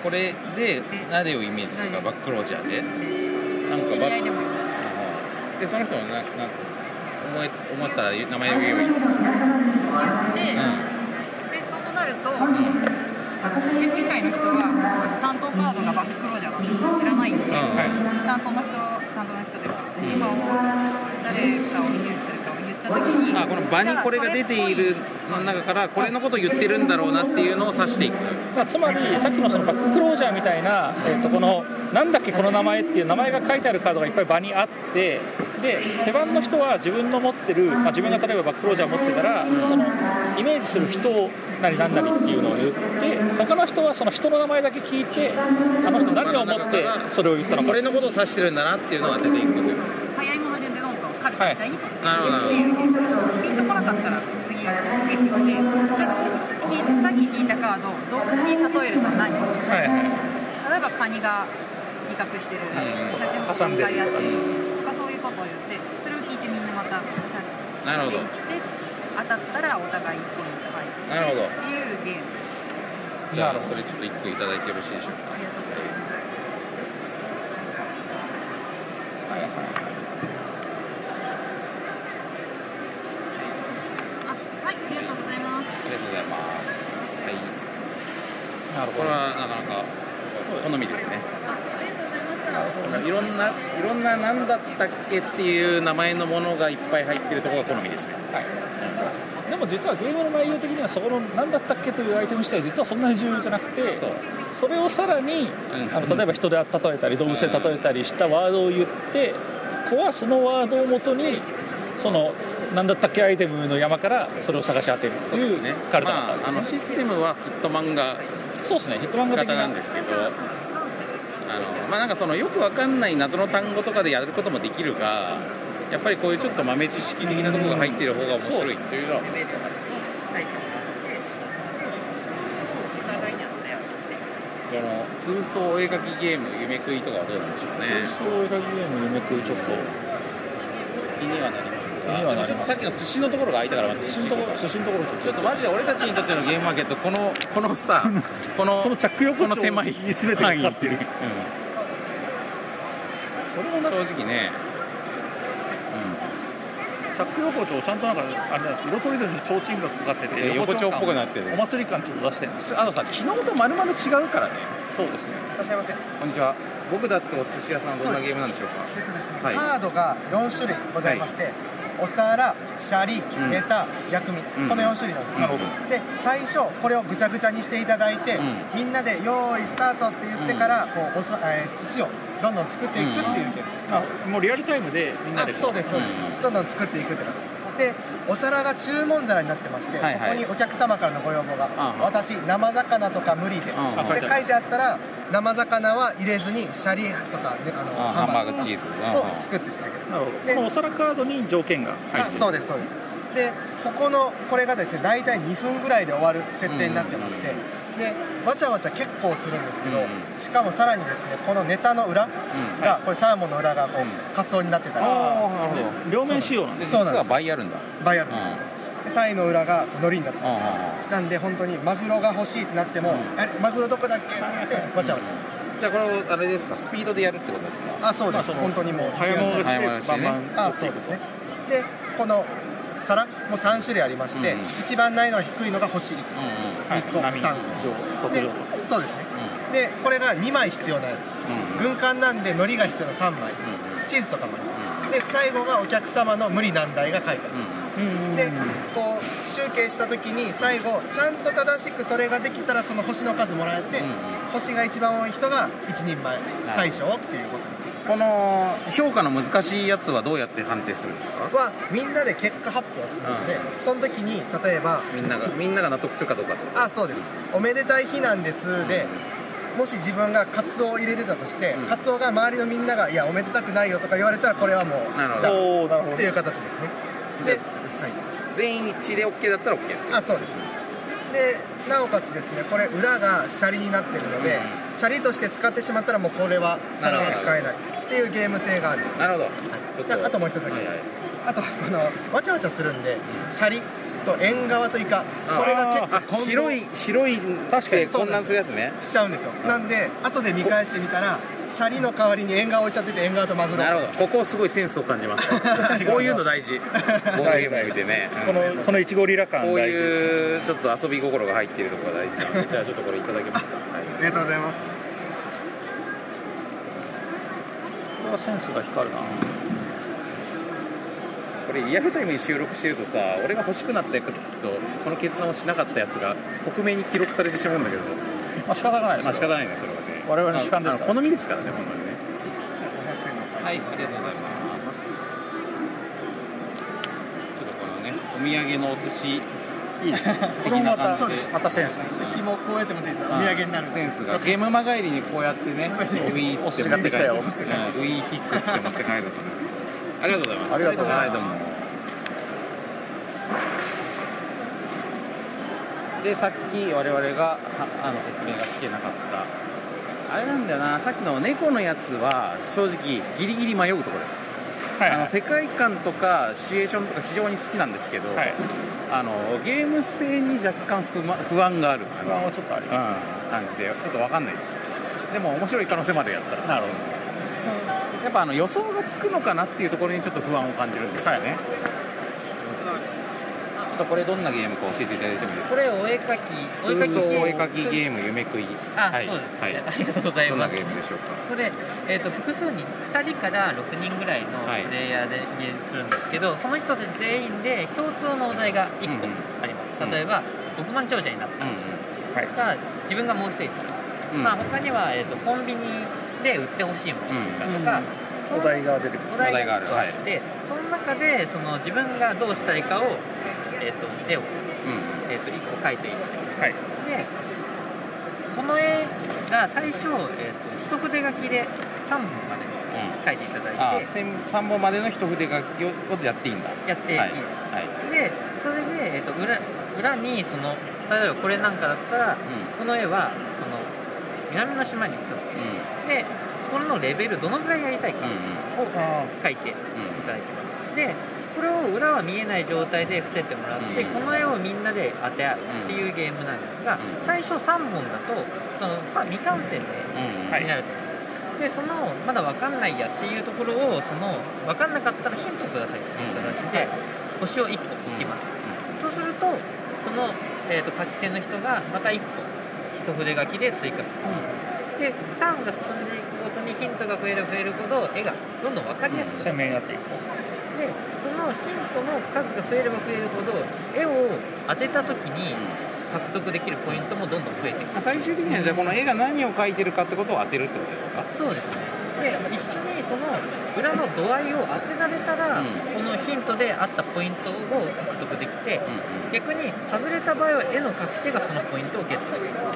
これで何をイメージするかバッククロージャーでなんか知りバ合ッいクでもいいですああでその人もななんか思え思ったら名前を言えばいいです言って、でそうなるとあの自分以外の人が担当カードがバッククロージャーだと知らないんで、うん担当の人担当の人では、今を誰かをイメージするかを言った時にあこの場にこれが出ているその中からこれのことを言ってるんだろうなっていうのを指していくだからつまりさっきのそのバッククロージャーみたいな、えー、とこのなんだっけこの名前っていう名前が書いてあるカードがいっぱい場にあってで手番の人は自分の持ってる、まあ、自分が例えばバッククロージャー持ってたらそのイメージする人なりなんなりっていうのを言って他の人はその人の名前だけ聞いてあの人何を思ってそれを言ったのかこれのことを指してるんだなっていうのを当てていくんですよ早いもの順でどんどん彼はがい第2となるほどなるほどピンとこなかったら次出てきてじゃあどう引いさっき引いたカードを動物に例えるとは何いはい例えばカニが威嚇してる車中泊挟んでがやってるうとかそういうことを言ってそれを聞いてみんなまたなるほどで当たったらお互い1ポイント入ってなるほどっていうゲームですじゃあそれちょっと一個いただいてよろしいでしょうありがとうございますあはいありがとうございますありがとうございますはいなるこほれどはなかなか好みですねあありがとうございましたいろんないろんな何だったっけっていう名前のものがいっぱい入ってるところが好みですねでも実はゲームの内容的にはそこの何だったっけというアイテム自体は実はそんなに重要じゃなくてそうそれをさらに、んあの例えば人で例えたり動物で例えたりしたワードを言って子はそのワードをもとにその何だったっけアイテムの山からそれを探し当てるとそういでうすねカルタだったまあ、あわけのですねシステムはヒットマンガそうですねヒットマンガ的型ななんですけどあの、まあ、なんかそのよくわかんない謎の単語とかでやることもできるがやっぱりこういうちょっと豆知識的なところが入っている方が面白いっていうのははいお互いにやったよこの空想お絵描きゲーム夢食いとかはどうなんでしょうねそういうゲーム夢食いちょっと気にはなります気にはがなりますちょっとさっきの寿司のところが空いたからまず寿司のところ寿司のところちょっちょっとマジで俺たちにとってのゲームマーケットこのこのさ このとこの着用この狭い全てがかかってるそれもな正直ね着用包丁ちゃんとなんかあれなんです色とりどりの提灯がかかっていや横丁っぽくなってるお祭り感ちょっと出してるんですあとさ昨日とまるまる違うからねそうですねいらっしゃいませこんにちは僕だってお寿司屋さんはどんなゲームなんでしょうかえっとですね、はいカードが4種類ございまして、お皿、シャリ、んネタ、薬味、うんこの4種類なんです、なるほで最初、これをぐちゃぐちゃにしていただいて、うみんなで「用意スタート」って言ってから、こうおさえー寿司をどんどん作っていくっていうゲームです、あもうリアルタイムでみんなでそうですそうです、どんどん作っていくって感じですでお皿が注文皿になってまして、はいはいここにお客様からのご要望がんうん「私生魚とか無理で」んうんで書いてあったら生魚は入れずにシャリとか、ね、あのあハンバーグチーズうんうんを作ってしまいけなるほどでこのお皿カードに条件が入あってるそうですそうですでここのこれがですね大体2分ぐらいで終わる設定になってまして、でわちゃわちゃ結構するんですけど、しかもさらにですねこのネタの裏が、これサーモンの裏がこうカツオになってたりとか、両面仕様なんでです実は倍あるんだ倍あるんですよ、でタイの裏が海苔になってたりとかなんで本当にマグロが欲しいってなっても、あれマグロどこだっけって言ってわちゃわちゃするじゃあこれをあれですかスピードでやるってことですかあそうです、本当にもう早物ですね早物ですねバンバンあそうですねでこの皿も3種類ありまして、一番難易度が低いのが星1個、はい2個波3上特上とか個そうですね、でこれが2枚必要なやつ、軍艦なんで海苔が必要な3枚、チーズとかもあります、で最後がお客様の無理難題が書いてある、でこう集計した時に最後ちゃんと正しくそれができたらその星の数もらえて、星が一番多い人が1人前大賞っていうことこの評価の難しいやつはどうやって判定するんですかはみんなで結果発表するので、うその時に例えばみんながみんなが納得するかどうかってことあそうですおめでたい日なんですで、もし自分がカツオを入れてたとして、カツオが周りのみんながいやおめでたくないよとか言われたらこれはもうなるほどダメおーなるほどっていう形ですねで、はい全員一致で OK だったら OK あそうですでなおかつですねこれ裏がシャリになってるので、シャリとして使ってしまったらもうこれは皿は使えないっていうゲーム性があるなるほどちょっでとあともう一つだけ、はいはいあとあのわちゃわちゃするんでシャリと縁側とイカこれが結構あ白い白い確かに混乱するやつねしちゃうんですよなんで後で見返してみたらシャリの代わりに縁側置いちゃってて縁側とマグロなるほどここすごいセンスを感じますこういうの大事ボードゲームを見てねこのこのいちごリラ感こう大事ですいうちょっと遊び心が入っているところが大事なのでじゃあちょっとこれいただけますかはいありがとうございますこれはセンスが光るなこれリアルタイムに収録してるとさ俺が欲しくなったやつとその決断をしなかったやつが克明に記録されてしまうんだけどまあ仕方がないですまあ仕方いないねそれはね我々の主観ですからあの好みですからね本当にね500円のおは返いしありでがごとうござざいいまますすちょっとこのねお土産のお寿司いですねこれもまたまたセンスですよ紐をこうやって持っていったらお土産になるセンスがゲームマ帰りにこうやってねウィーっつって持って帰るお寿う司買ってきたよっつってんウィーヒックっつって持って帰るとねありがとうございますありがとうございますはいどうもでさっき我々がはあの説明が聞けなかったあれなんだよなさっきの猫のやつは正直ギリギリ迷うところですはいあはのい世界観とかシチュエーションとか非常に好きなんですけど、はいあのゲーム性に若干不満不安がある感不じ安はちょっとありますうん感じでちょっと分かんないですでも面白い可能性までやったらなるほやっぱあの予想がつくのかなっていうところにちょっと不安を感じるんですよね、あとこれどんなゲームか教えていただいてもいいですこかれお絵描きお絵描き空想お絵書描きゲーム夢食いあ、はいそうですね、はいありがとうございどんなまゲすームでしょうかこれ、えー、と複数人2人から6人ぐらいのはいプレイヤーでゲームするんですけど、その人たち全員で共通のお題が1個うんあります、うん例えば億万長者になったとか、自分がもう1人いたとか、うんまあ、他には、えー、とコンビニで売ってほしいものだとか、そどおの題が出てくるおお題題があがあるる、はいでその中でその自分がどうしたいかを、えー、と絵を、うえー、と1個描いていくはいでこの絵が最初、えー、と一筆書きで3本まで描いていただあいて、 3本までの一筆書きをやっていいんだやっていいはい、ですはいでそれで、えー、と裏裏にその例えばこれなんかだったら、この絵はその南の島に住むでこれのレベルどのぐらいやりたいかうんうんを書いていただいてますでこれを裏は見えない状態で伏せてもらって、うんこの絵をみんなで当て合うっていうゲームなんですうが、ん最初3本だとその、まあ、未完成の絵うんうんになると思いますでそのまだ分かんないやっていうところをその分かんなかったらヒントくださいっていう形で、星を1個置きます、そうするとその、えー、と書き手の人がまた1本一筆書きで追加する、でターンが進んでいくごとにヒントが増える増えるほど絵がどんどん分かりやすくなる鮮明になっていくとでそのヒントの数が増えれば増えるほど絵を当てた時に獲得できるポイントもどんどん増えていく最終的にはじゃあこの絵が何を描いてるかってことを当てるってことですかそうですねで一緒にその裏の度合いを当てられたら、うんこのヒントであったポイントを獲得できて、うん逆に外れた場合は絵の描き手がそのポイントをゲットするっていう、うん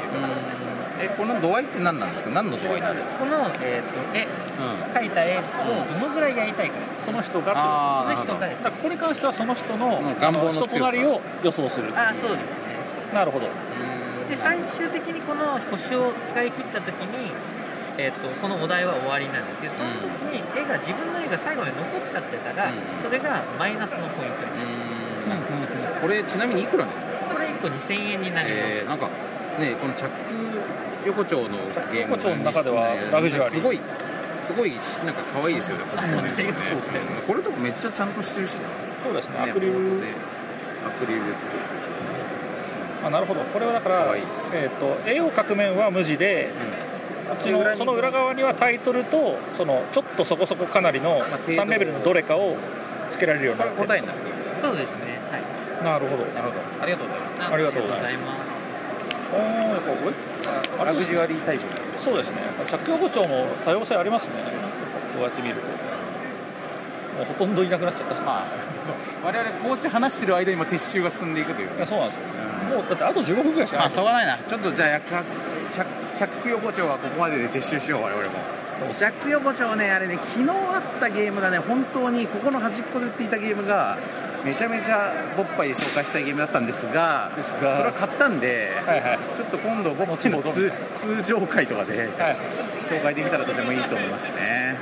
えこの度合いって何なんですか何の度合いなんですかこの、えー、と絵描いた絵をどのぐらいやりたいかその人があーその人がですだからこれに関してはその人の願望の人強さとなりを予想するあそうですなるほどで最終的にこの星を使い切った時に、えー、とこのお題は終わりなんですけどその時に絵が自分の絵が最後まで残っちゃってたら、それがマイナスのポイントになるこれちなみにいくらなのこれ1個2000円になります、えーなんかねこの着横丁のゲーム横丁の中ではねラグジュアリーすごいすごいなんか可愛いです よねこれもねこれとかめっちゃちゃんとしてるしそうですねねアクリルねアクリルで作ってるあなるほどこれはだからえー、と絵を描く面は無地で、そのその裏側にはタイトルとそのちょっとそこそこかなりの度3レベルのどれかをつけられるようになって答えになってそうですねはいなるほどなるほどありがとうございますありがとうございますおーやっぱおいあれラグですジねュアリータイプですそうですね着用包丁も多様性ありますねこうやって見るともうほとんどいなくなっちゃった我々こうして話してる間に今撤収が進んでいくといういやそうなんですよ、もうだってあと15分ぐらいしかないあしょうがないなちょっとじゃあ約チャチャック横丁はここまでで撤収しよう我々もジャック横丁ねあれね昨日あったゲームがね本当にここの端っこで売っていたゲームがめちゃめちゃボッパイ紹介したいゲームだったんですがそれは買ったんで、ちょっと今度ボッパイの通通常会とかで紹介できたらとてもいいと思いますね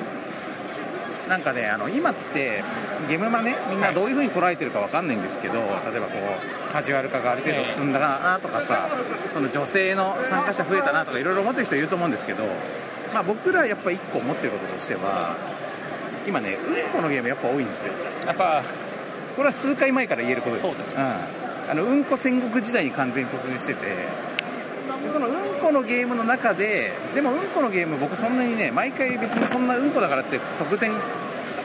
なんかねあの今ってゲームマねみんなどういうふうに捉えてるかわかんないんですけど、例えばこうカジュアル化がある程度進んだなとかさその女性の参加者増えたなとかいろいろ思ってる人いると思うんですけど、まあ、僕らやっぱ一個思ってることとしては今ねうんこのゲームやっぱ多いんですよやっぱこれは数回前から言えることですそうですうん、あのうんこ戦国時代に完全に突入しててでそのうんこのゲームの中ででもうんこのゲーム僕そんなにね毎回別にそんなうんこだからって得点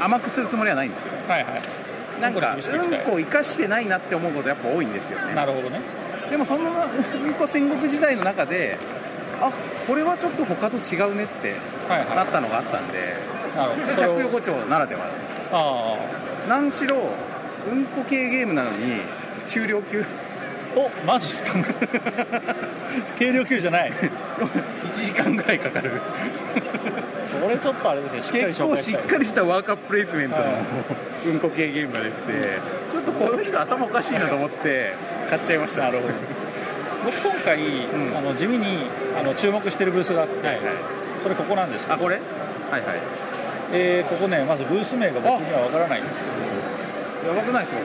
甘くするつもりはないんですよはいはいなんかうん厳しくいきたいこを生かしてないなって思うことやっぱ多いんですよねなるほどねでもそのうんこ戦国時代の中であこれはちょっと他と違うねってなったのがあったんで、それ着横丁ならではあ何しろうんこ系ゲームなのに中量級おマジっすか軽量級じゃない1時間ぐらいかかるそれちょっとあれですねしっかり結紹構介ししたっいかりしたワーカープレイスメントの、うんこ系ゲームが出ててちょっとこの人頭おかしいなと思って買っちゃいましたなるほど僕今回、あの地味にあの注目してるブースがあって、それここなんです けどあこれはいはいえーここねまずブース名が僕にはわからないんですけどやばくないですか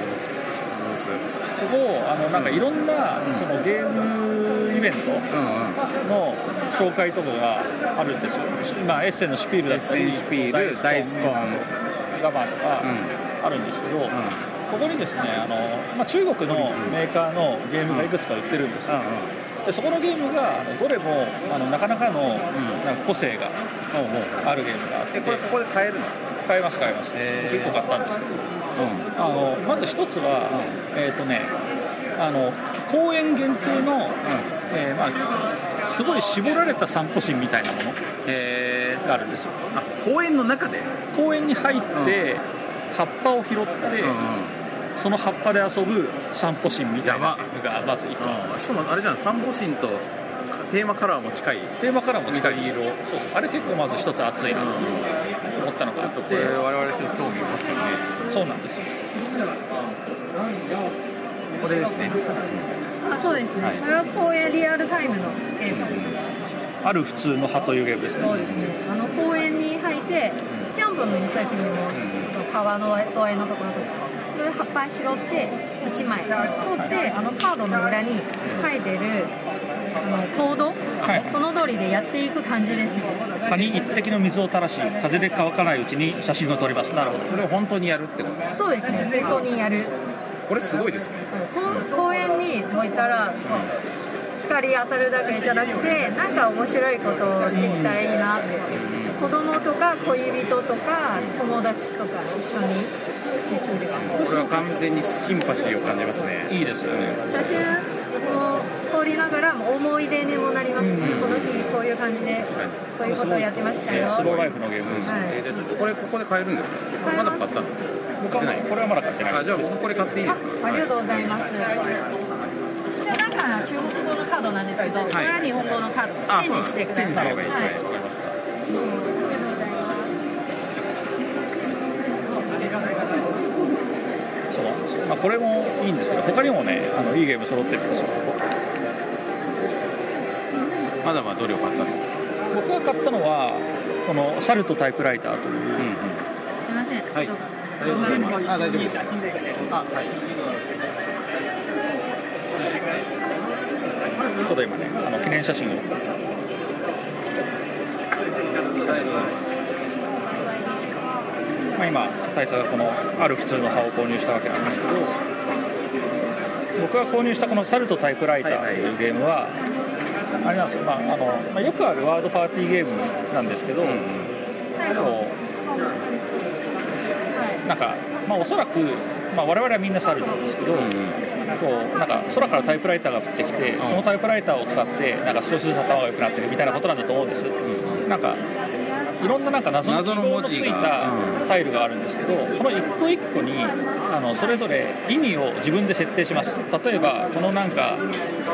ここあのなんかいろんな、そのゲームイベントの紹介とかがあるんですよ、まあ、エッセンのシュピールだったりエッセンシュピールダイスコンガバーとかあるんですけど、ここにですねあの、まあ、中国のメーカーのゲームがいくつか売ってるんですよ、でそこのゲームがあのどれもあのなかなかのなんか個性があるゲームがあってこれここで買えるの買えます買えます、結構買ったんですけど、あのまず一つは、えっ、とねあの公園限定の、えーまあ、すごい絞られた散歩心みたいなものがあるんですよ、公園の中で公園に入って、葉っぱを拾って、その葉っぱで遊ぶ散歩心みたいなのがまず一個、しかもあれじゃん散歩心とテーマカラーも近いテーマカラーも近い色そうそうあれ結構まず一つ熱いなと思ったのがあって、これ我々ちょっと興味を持ってるねそうなんですよこれですねあそうですね、はいこれは公園リアルタイムのゲームです、ある普通の葉というゲームですねそうですねあの公園に入ってジャンプの2回にもちょっと川の沿いのところとかそれ葉っぱ拾って1枚取ってあのカードの裏に書いてるあの行動、その通りでやっていく感じですね葉に一滴の水を垂らし風で乾かないうちに写真を撮りますなるほどそれを本当にやるってこそうですね本当にやるこれすごいですね公公園に置いたら光当たるだけじゃなくてなんか面白いことをできたらいいなって子供とか恋人とか友達とか一緒にできるこれは完全にシンパシーを感じますねいいですよね写真を撮りながらも思い出にもなりますね、この日こういう感じでこういうことをやってましたよスローライフのゲームです、はいえーじゃあちょっとこれここで買えるんですか買えます買ったの僕はこれはまだ買ってないあじゃあこれ買っていいですかありがとうございます、こなんか中国語のカードなんですけど、はいこれは日本語のカード、あチェンジしてください。そうなんですねチェンジすればいいははいいわかりましたそうなんですよ、まあ、これもいいんですけど他にもねあのいいゲーム揃ってるんですよまだまだどれを買ったの僕が買ったのはこの「サルトタイプライター」という、すみません。はいありがとうございますあ大丈夫ですあはいちょっと今ねあの記念写真をまあ、今大佐がこのある普通の葉を購入したわけなんですけど僕が購入したこの「サルトタイプライター」というゲームはあれなんですよ、まああのまあ、よくあるワードパーティーゲームなんですけど、こうなんか、まあ、おそらく、まあ、我々はみんなサルトなんですけど、こうなんか空からタイプライターが降ってきて、そのタイプライターを使ってなんか少しずつ頭が良くなってるみたいなことなんだと思うんです、なんかいろんななんか謎の記号のついたタイルがあるんですけど、この一個一個にあのそれぞれ意味を自分で設定します例えばこのなんか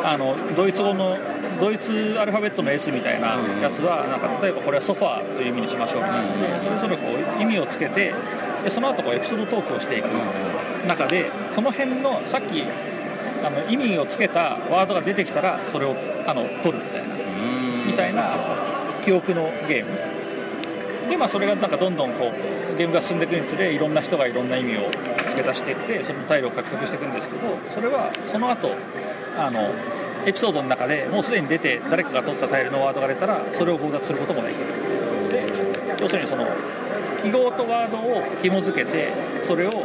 あのドイツ語のドイツアルファベットの S みたいなやつはなんか例えばこれはソファーという意味にしましょうみたいなのでそれぞれこう意味をつけてでその後こうエピソードトークをしていく中でこの辺のさっきあの意味をつけたワードが出てきたらそれをあの取るみたいなみたいな記憶のゲームでまあそれがなんかどんどんこうゲームが進んでいくにつれいろんな人がいろんな意味を付け足していってそのタイルを獲得していくんですけどそれはその後あのエピソードの中でもうすでに出て誰かが取ったタイルのワードが出たらそれを強奪することもできるで要するにその記号とワードを紐付けてそれを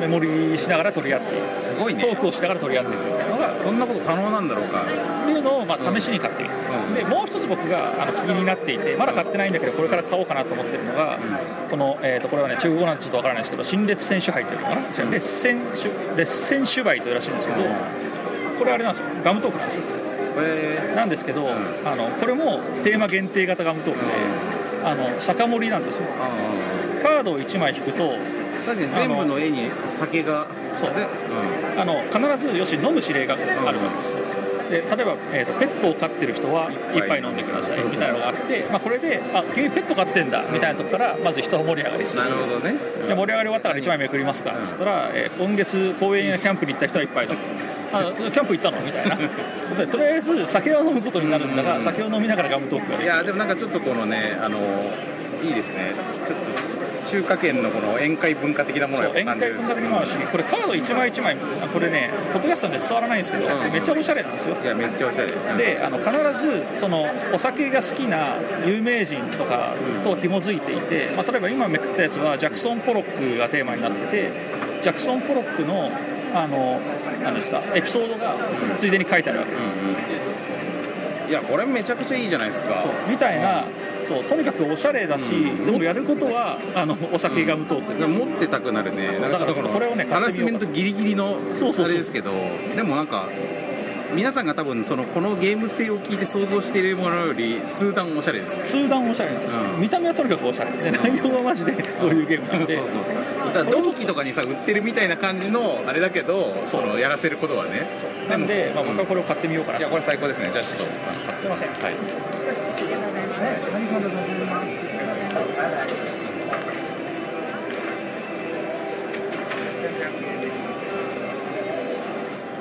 メモリしながら取り合っていくすごい、ね、トークをしながら取り合っていくみたいなのがそんなこと可能なんだろうかっていうのをまあ試しに買ってみた、でもう一つ僕があの気になっていてまだ買ってないんだけどこれから買おうかなと思ってるのが、この、えー、とこれはね中国語なんでちょっとわからないですけど新列選手杯というのかな違う列選手列選手杯というらしいんですけど、これあれなんですよガムトークなんですよ、なんですけど、あのこれもテーマ限定型ガムトークで、あの酒盛りなんですよ、カードを1枚引くと確かに全部の絵に酒がそうあの必ず要するに飲む指令があるわけです、で例えば、えーとペットを飼ってる人は1杯飲んでくださいみたいなのがあって、まあ、これであ君ペット飼ってんだみたいなとこからまず人盛り上がりするなるほどね、で盛り上がり終わったから1枚めくりますかっつったら、えー今月公園やキャンプに行った人は1杯だとあキャンプ行ったのみたいなでとりあえず酒を飲むことになるんだが酒を飲みながらガムトークがでいきるやでもなんかちょっとこのねあのいいですねちょっと中華圏のこの宴会文化的なものそうを宴感会じる文化的なものだしこれカード1枚1枚あこれねポッドキャストで伝わらないんですけど、めっちゃおしゃれなんですよいやめっちゃおしゃれであの必ずそのお酒が好きな有名人とかと紐づいていて、まあ、例えば今めくったやつはジャクソン・ポロックがテーマになっててジャクソン・ポロックのあのなんですかエピソードがついでに書いてあるわけです、いやこれめちゃくちゃいいじゃないですかみたいな、そうとにかくおしゃれだし、でもやることはあのお酒ガムトーク、持ってたくなるねそうだからこれをねハ買ラってスみメようンかトギリギリのそうそうそうあれですけどでもなんか皆さんが多分そのこのゲーム性を聞いて想像しているものより数段おしゃれです数段おしゃれなんですよ、見た目はとにかくおしゃれで内容はマジでこういうゲームなんでだからドンキとかにさ売ってるみたいな感じのあれだけどそのやらせることはねなんで、まあ、僕はこれを買ってみようかな、いやこれ最高ですねじゃあちょっとすいませんはい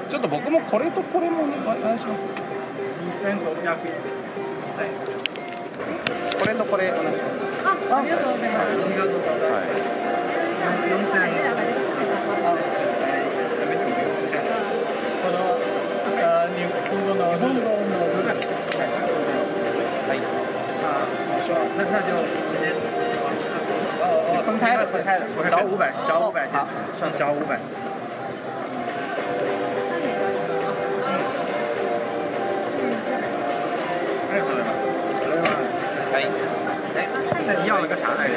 ちょっと僕もこれとこれもお願いします2500円ですこれとこれお願いしますありがとうございますありがとうございますこのあ日本語の日本語の部分はい我说那那就直接分开了，分开了，找五百，找五百先，算找五百。要了个啥来着？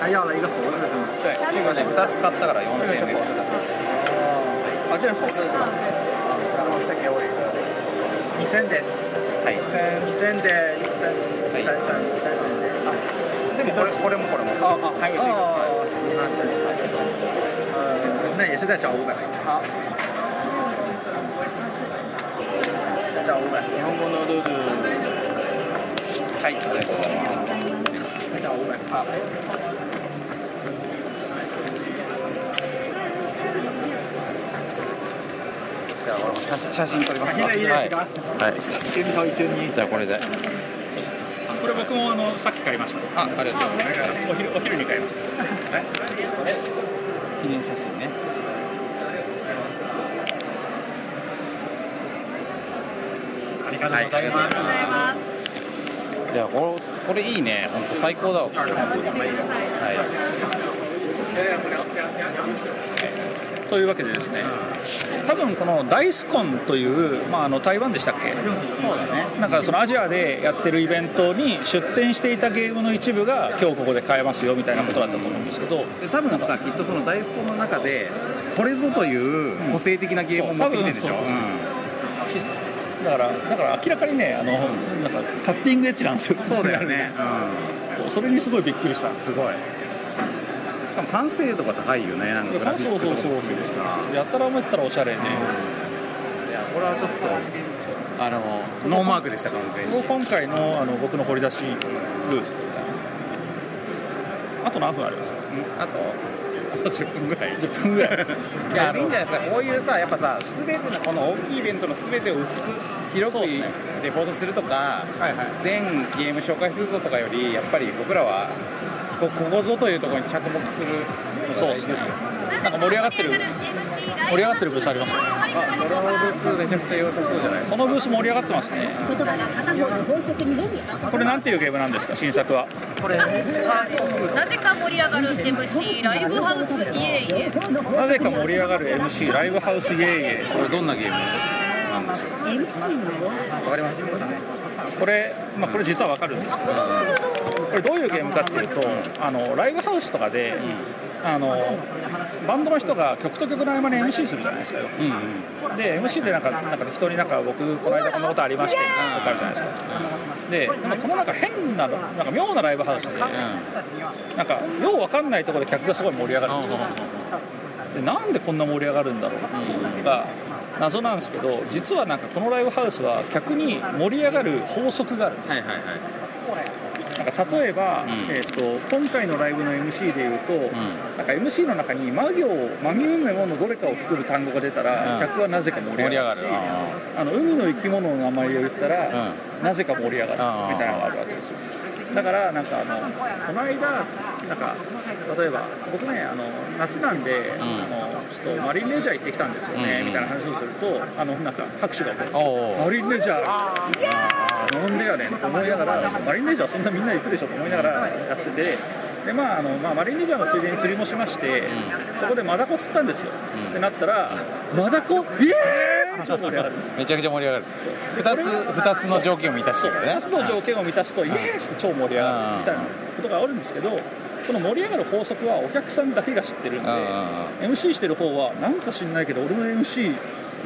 还要了一个猴子是吗？对，这个是他他他来用的。哦，这是猴子是吧？然后再给我一个。二千です。はい。二千で三三三三三。でもこれこれもこれも。哦哦，还有这个。哦，すみません。呃，那也是在找五百。好。日本語のルールはいありがとうございますじゃあ写真写真撮りますか。いいですかはい。はい。一緒に一緒にじゃあこれで。これ僕もあのさっき買いましたあありがとうございますお昼お昼に買いましたはい記念写真ね。ありがとうございます、いやこれこれいいね。本当最高だわ。はい。というわけでですね多分このダイスコンという、まあ、あの台湾でしたっけそうだねなんかそのアジアでやってるイベントに出展していたゲームの一部が今日ここで買えますよみたいなことだったと思うんですけどで多分さきっとそのダイスコンの中でこれぞという個性的なゲームを持ってきてるでしょそう多分そうそうそうだからだから明らかにねあのなんかカッティングエッジなんですよそうだよね、それにすごいびっくりしたすごいしかも完成度が高いよねなんかグラフィそッうクそとかうそうも含めてさやったら思ったらおしゃれで、これはちょっとあのノーマークでした完全にもう今回のあの僕の掘り出しブースでございますあと何分ありますあと10分ぐらい10分ぐらいいやいいんじゃないですかこういうさやっぱさ全てのこの大きいイベントの全てを薄く広くレポートするとか、全ゲーム紹介するぞとかよりやっぱり僕らはこここぞというところに着目するそうですねなんか盛り上がってる盛り上がってるブースありますよあドラゴンブースめちゃくちゃ良さそうじゃないですこのブース盛り上がってますねこれなんていうゲームなんですか新作はこれなぜか盛り上がる MC ライブハウスイエイエなぜか盛り上がる MC ライブハウスイエイエイこれどんなゲームなんでしょうわかりますこれ、まあ、これ実はわかるんですけどこれどういうゲームかっていうとあのライブハウスとかで、あのバンドの人が曲と曲の合間に MC するじゃないですかよ、で MC でなんかなんか適当になんか僕この間こんなことありましてとかあるじゃないですかでなんかこのなんか変ななんか妙なライブハウスで、なんかようわかんないところで客がすごい盛り上がるんですよでなんでこんな盛り上がるんだろうっていうのが謎なんですけど実はなんかこのライブハウスは客に盛り上がる法則があるんです、なんか例えば、えー、と今回のライブの MC でいうと、なんか MC の中に「魔行」「マミウメモ」のどれかを含む単語が出たら、うん客はなぜか盛り上がるし盛り上がるあの海の生き物の名前を言ったら、なぜか盛り上がるみたいなのがあるわけですよだからなんかあのこの間なんか例えば僕ねあの夏なんで、あのちょっとマリンレジャー行ってきたんですよね、うんみたいな話をするとあのなんか拍手が起こるマリンレジャーなんでやねんと思いながらマリンレジャーそんなみんな行くでしょと思いながらやっててでまああのまあ、マリンレジャーのついでに釣りもしまして、そこでマダコ釣ったんですよ、ってなったらマダコイエーイ超盛り上がるんですよめちゃくちゃ盛り上がる。二つ二つの条件を満たしてるからね。 2つの条件を満たすとイエースって超盛り上がるみたいなことがあるんですけどこの盛り上がる法則はお客さんだけが知ってるんで MC してる方はなんか知んないけど俺の MC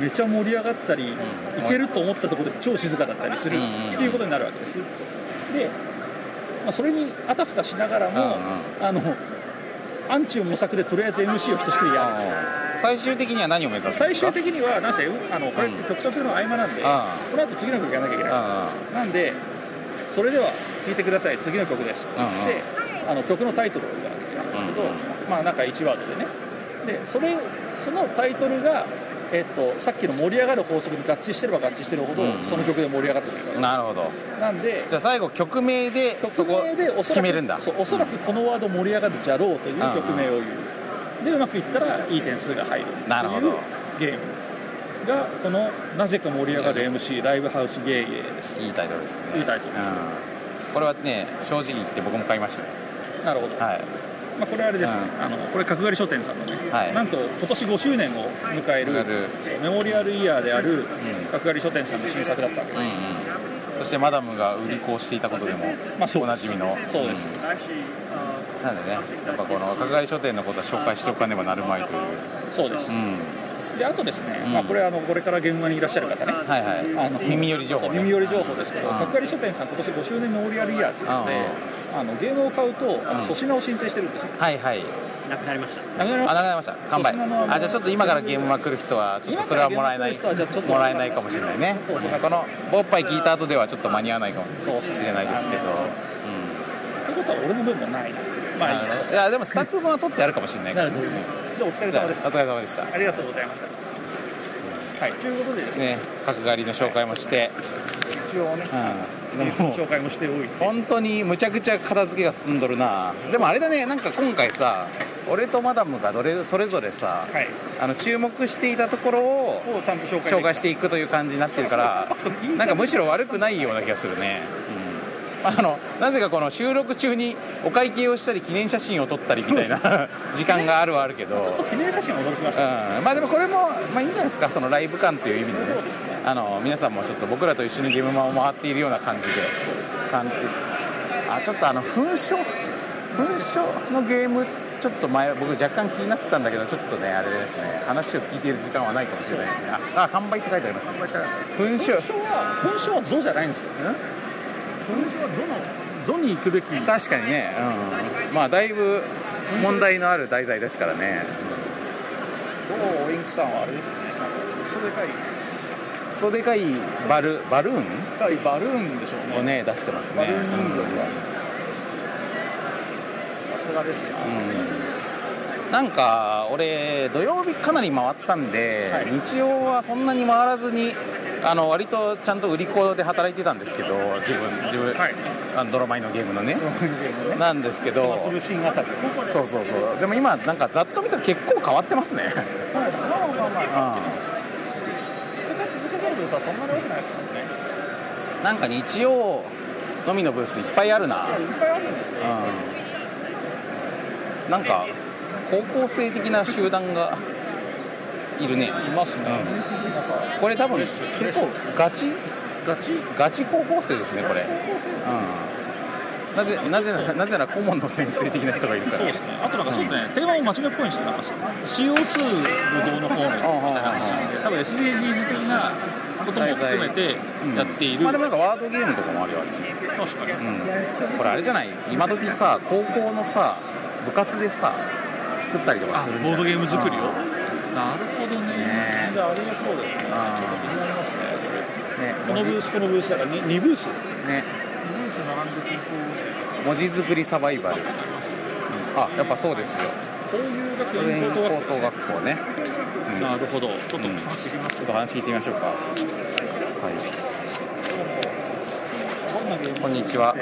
めちゃ盛り上がったりいけると思ったところで超静かだったりするうんっていうことになるわけですで、まあ、それにあたふたしながらもあのアンチを模索でとりあえず MC をひとしきりやる最終的には何を目指すんですか最終的にはなんせあのこれって曲と曲の合間なんで、この後次の曲やらなきゃいけないんですよなんでそれでは聴いてください次の曲ですって言って、あの曲のタイトルを言わなきゃいけないんですけど、まあなんか1ワードでねでそれそのタイトルが、えっと、さっきの盛り上がる法則に合致してれば合致してるほど、うんその曲で盛り上がってくるわけですなるほど。なんでじゃあ最後曲名で曲名でおそらく決めるんだそうおそらくこのワード盛り上がるじゃろうという曲名を言う、でうまくいったらいい点数が入るっていうなるほどゲームがこの「なぜか盛り上がる MC ライブハウスゲーゲー」ですいいタイトルですね。いいタイトルですねうんこれはね正直言って僕も買いましたね。なるほど、はい。まあ、これあれですね、あのこれ角刈り書店さんのね、はいなんと今年5周年を迎えるそうメモリアルイヤーである角刈り書店さんの新作だったわけです、そしてマダムが売り子をしていたことでもまあそうおなじみの。そうですんなんでね、やっぱこの角刈り書店のことは紹介しておかねばなるまいという。そうです、んであとですね、まあ、これあのこれから現場にいらっしゃる方ね、はいはいあの耳寄り情報ねそう耳寄り情報ですけど、うん角刈り書店さん、今年5周年メモリアルイヤーということで、あの芸能を買うと、あの粗品を申請してるんですよ。はいはいなくなりましたなくなりましたあなくなりました完粗品のあ売のあじゃあちょっと今からゲームマ来る人はちょっとそれはもらえない今からゲームマ来る人はじゃあちょっともらえないかもしれないねこのおっぱい聞いた後ではちょっと間に合わないかもしれないですけどということは、俺の分もないな。まあいいいややでもスタッフ分は取ってやるかもしれないからなるほどじゃあお疲れじゃあお様でした。疲れ様でしたありがとうございました。はい、ということでですね、ね角刈りの紹介もして一応うね、んね紹介もしておいて本当にむちゃくちゃ片付けが進んどるなでもあれだねなんか今回さ俺とマダムがどれそれぞれさ、あの注目していたところををちゃんと紹介できた紹介していくという感じになってるからなんかむしろ悪くないような気がするね、うんあのなぜかこの収録中にお会計をしたり記念写真を撮ったりみたいな時間があるはあるけどちょっと記念写真驚きました、うんまあでもこれも、まあ、いいんじゃないですかそのライブ感という意味でねあの皆さんもちょっと僕らと一緒にゲームマンを回っているような感じで感じあちょっとあの噴書噴書のゲームちょっと前僕若干気になってたんだけどちょっとねあれですね話を聞いている時間はないかもしれないですねああ販売って書いてありますね噴書は噴書はゾじゃないんですよ。噴書はゾのゾに行くべき。確かにね、うん、まあだいぶ問題のある題材ですからねおーインクさんはあれですね。なんかクソでかい。クソでかいバルバルーンでかいバルーンでしょうね。をね出してますバねルーン人形さすがですよ。うんなんか俺土曜日かなり回ったんで、日曜はそんなに回らずにあの割とちゃんと売り子で働いてたんですけど自分自分、あの泥米のゲームのねなんですけど潰しんあたり。そうそうそうでも今なんかざっと見たら結構変わってますねまあまあまあまうあ。ん二日続けてる分さそんなに多くないですもんね。なんか日曜のみのブースいっぱいあるな、いっぱいあるんですよ。うん、なんか高校生的な集団がいるねいますね、うんこれ多分結構ガチガチガチ高校生ですねこれ、うん、なぜなぜななぜなら顧問の先生的な人がいるからそうですね。あとなんかそうね、テーマも真面目っぽいんですよ。なんか CO2 のどうの方面みたいな話なんで、多分 SDGs 的なことも含めてやっている。まあでもなんかワードゲームとかもあるよあっち確かに、うん、これあれじゃない今時さ高校のさ部活でさ作ったりとかするんじゃないあボードゲーム作りをなるほどねじゃああれがそうですね。ちょっと気になりますね。それねこのブースこのブースだから二ブース。ね二ブース並んで均衡。文字作りサバイバルあやっぱそうですよこういう学応援園高高等学校等学校ね、なるほどちょっと話してきますちょっと話聞いてみましょうかはいこんにちは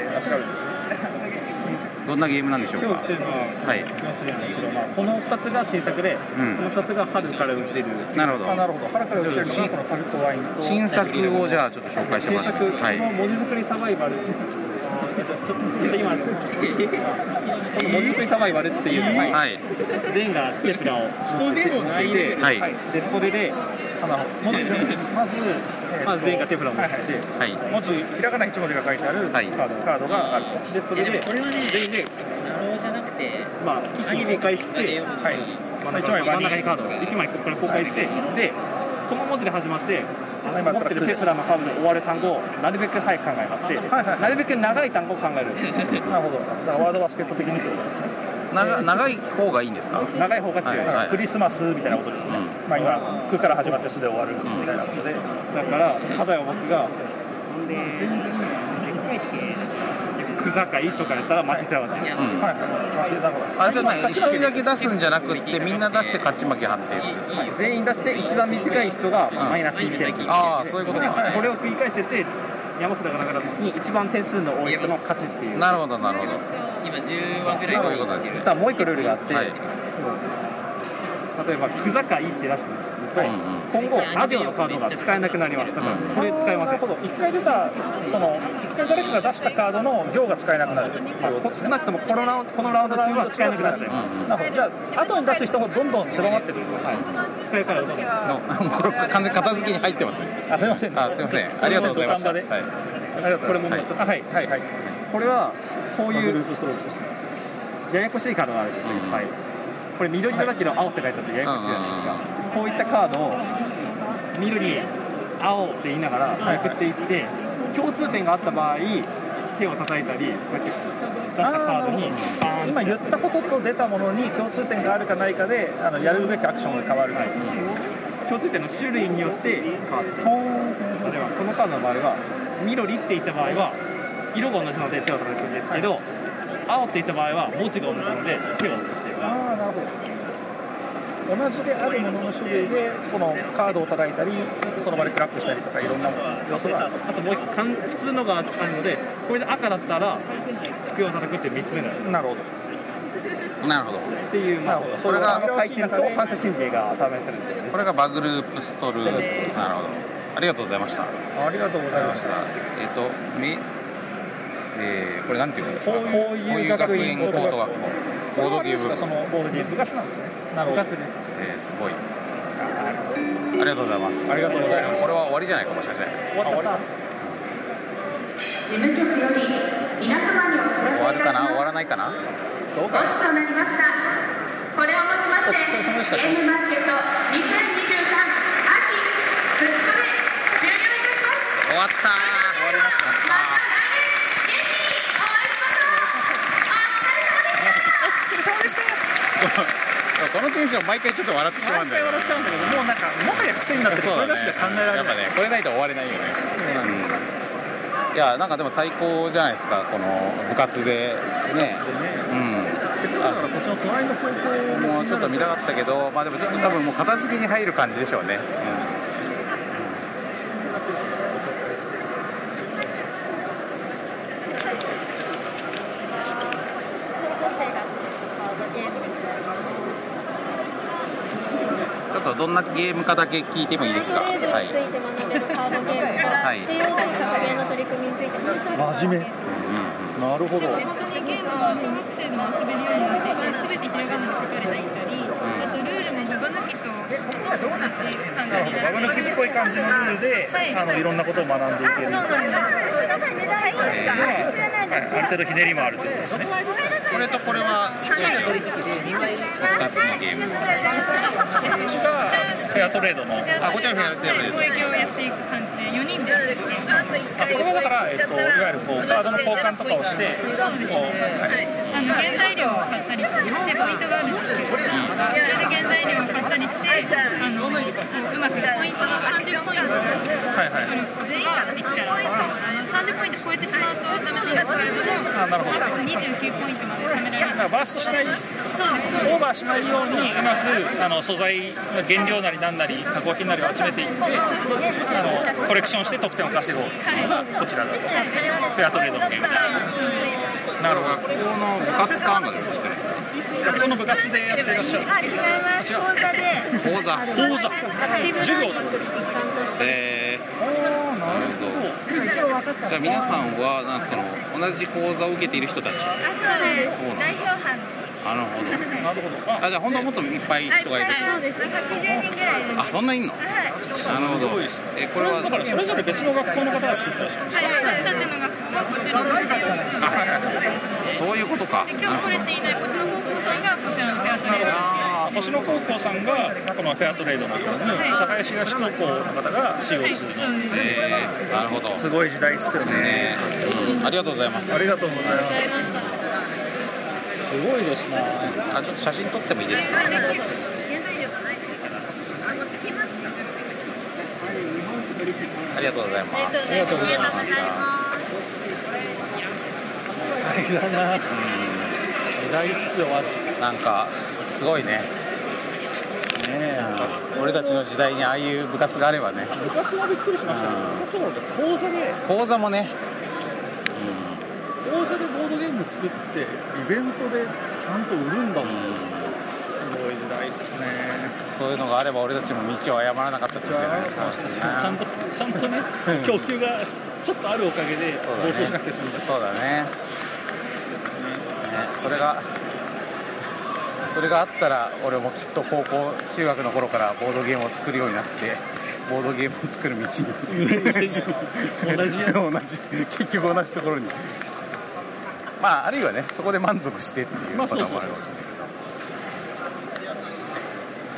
どんなゲームなんでしょうか今日来てるのははいこの2つが新作うで、んこの2つが春から売ってるなるほどあなるほど春から売ってるのがこのタルトワインと新作をじゃあちょっと紹介してもらっていいですかはいこの文字作りサバイバルちょっとつけて今この文字作りサバイバルっていうのがはいレンガってやつらを人でもないレベルはいでそれであの文字まずまずレンガテフランを持ってきてはい文字ひらがな一文字が書いてあるカード,、カードがあるとでそれでこれはね全員でじゃなくてまあ一気に返して、はい、まあ、一枚真ん中にカードを一枚ここから公開してでこの文字で始まって持ってるペプラのカードで終わる単語をなるべく早く考えますで、なるべく長い単語を考えるなるほどだからワードバスケット的にってことですね長長い方がいいんですか長い方が強い、はいはいクリスマスみたいなことですね、まあ、今「く」から始まって「す」で終わるみたいなことで、だから例えば僕が「くざかい」とかやったら負けちゃうわけです、うんはい負けだからあじゃあ何一人だけ出すんじゃなくってみんな出して勝ち負け判定するはい全員出して一番短い人がマイナス1点、ああそういうことかこれを繰り返してて山札がなくなった時に一番点数の多い人の勝ちっていうなるほどなるほど今10話ぐらいそういうことですねそしたらもう一個ルールがあって、例えば「くざかい」って出したりすると、今後アディのカードが使えなくなりますだからこれ使えません一回出たその一回誰かが出したカードの行が使えなくなる。まあこ少なくともこのラウンドこのラウンド中は使えなくなっちゃいます、なるほどじゃあ後に出す人もどんどん狭まってる。はい。使えからどんどん。の これ完全に片付けに入ってますあすみません。あすみませんありがとうございました、土壇はいこれもね、あはいはいはいこれはこういうややこしいカードがあるんですよ、はいこれ緑色だけど青って書いてあってややこしいじゃないですか、こういったカードを緑青って言いながらめくっていって、共通点があった場合手を叩いたりこうやって出したカードにバーンって今言ったことと出たものに共通点があるかないかであのやるべきアクションが変わる、共通点の種類によって変わる例えばこのカードの場合は緑って言った場合は色が同じなので手を叩くんですけど、青って言った場合は文字が同じなので手を打つっていうああなるほど同じであるものの種類でこのカードを叩いたりその場でクラップしたりとかいろんな要素があるあともう一個かん普通のがあるのでこれで赤だったら机を叩くっていう3つ目になるなるほどなるほどっていう、まあ、それが回転と反射神経が試されてるんですこれがバグループストループなるほどありがとうございましたあありがとうございましたえっ、とめえーこれなんていうんですかこういう学園高学園等学校ボードゲーム部そのボードゲーム部活なんですねなるほど部活ですえーすごいありがとうございますありがとうございますこれは終わりじゃないかもしかして終わった事務局より皆様にお知らせい終わるたしかなます終わらないかなゴチとなりましたこれをもちましてゲームマーケット2023秋2日目終了いたします終わった終わりましたお疲れ様でしたこのテンション毎回ちょっと笑ってしまうんだよ毎回笑っちゃうんだけどもうなんかもはや癖になってこれなしでは考えられないやっぱねこれないと終われないよねうんいやなんかでも最高じゃないですかこの部活でねうんあこっちの隣の高校もうちょっと見たかったけどまあでもちょっと多分もう片付けに入る感じでしょうね、うんちょっとどんなゲームかだけ聞いてもいいですかマイトレはいードについて学べるカードゲームから、はい CO2 削減の取り組みについて話します真面目、なるほど本当にゲームは小学生でも遊べるようになってて、全てひらがなで書かれていたり、あとルールもババ抜きと、どうなって感なるほどバグ抜きっぽい感じのルールで、あのいろんなことを学んでいけるそうなんです。えーはい、ある程度ひねりもあるということですねこれとこれは2つのゲームこっちがフェアトレードのあこっちがフェアトレード攻撃をやっていく感じで、4人でやってるゲーム。あこれはだから、えっと、いわゆるこうカードの交換とかをしてこう、はいあの原材料を買ったりしてポイントがあるんですけど、それで原材料を買ったりして、あのうまくポイントを30ポイントを出す。はいはい全員ができたら、あの30ポイント超えてしまうとダメなんですけれども、あなるほどマックス29ポイントまで貯められるだ。からバーストしないオそうですそうですーバーしないようにうまくあの素材原料なりなんなり加工品なりを集めていってあのコレクションして得点を稼ごうこちらだとフェアトレードのゲームなるほど学校の部活かなんかで作ってるんですか学校の部活でやってらっしゃるあ、違います。講座で。講座あの講座アクティブラーニングの一環として。えー、なるほどじゃあ皆さんはなんかその同じ講座を受けている人 たちあ、そうでそすうな。んだ代表班。なるほどなるほあじゃあ本当はもっといっぱい人がいるそうです。80人ぐらいです。あそんないんのはい。なるほどえこれはだからそれぞれ別の学校の方が作ってらっしゃるはい、私たちの学校はこちらの CO2 そういうことかで今日来れていない星野高校さんがこちらのフェアトレードあー星野高校さんがこのフェアトレードの方に堺東高校の方が CO2 のえー、なるほどすごい時代っすよねうんありがとうございますありがとうございますすごいですねあちょっと写真撮ってもいいですかありがとうございますありがとうございますあれだな時代っすよマジなんかすごいねね俺たちの時代にああいう部活があればね部活はびっくりしましたねそうなんだ講座で講座もね講座でボードゲーム作ってイベントでちゃんと売るんだもん、すごい時代っすねそういうのがあれば俺たちも道を誤らなかったかもしれないですからちゃんとちゃんとね供給がちょっとあるおかげで暴走しなくて済んだそうだねねそれがそれがあったら俺もきっと高校中学の頃からボードゲームを作るようになってボードゲームを作る道に同じ同じ結局同じところにまああるいはねそこで満足してっていうまあパそタうそーンもあうるかもしれないけ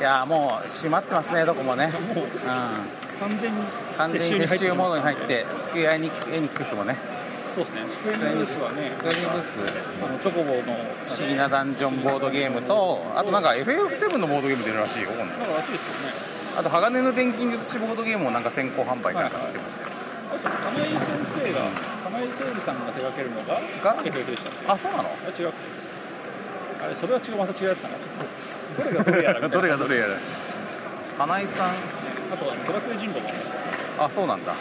ど、いやーもう閉まってますねどこもねうん完全に完全に撤収モードに入ってますスクエアエニエニックスもねそうですねスクエアエニックスはねスクエアエニックスあのチョコボの不思議なダンジョンボードゲームとあとなんか FF7 のボードゲーム出るらしいよ今度なんからしいですよねあと鋼の錬金術師ボードゲームもなんか先行販売かなんかしてましたよあそう玉井先生が玉井誠二さんが手掛けるのがが FF でしたっけあそうなのあ違うあれそれは違うまた違うやつかなどれがどれやらみたいなどれがどれやら金井さんあとはドラクエ人狼もあそうなんだ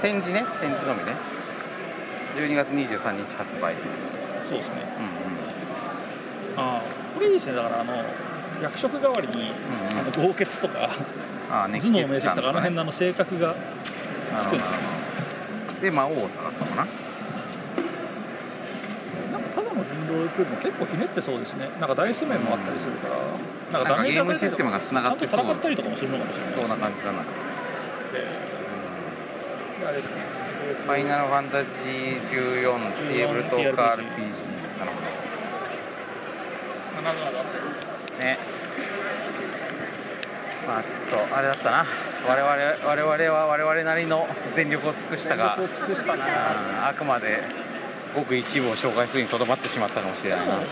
展示ね展示のみね12月23日発売そうですねうんうんあーこれいいですねだからあの役職代わりに、あの豪傑とかあー頭熱血脳明晰とかあ感とかねの辺のあの性格がつくんですよで魔王を探すのかななんかただの人狼クールも結構ひねってそうですねなんかダイス面もあったりするから、なんかダメージゲームシステムが繋がってそう戦ったりとかもするのかもしれないそうな感じだなあれですねファイナルファンタジー14テーブルトーク RPG なるほどねまあちょっとあれだったな我々我々は我々なりの全力を尽くしたが全力を尽くしたなうんあくまでごく一部を紹介するにとどまってしまったかもしれないな、うん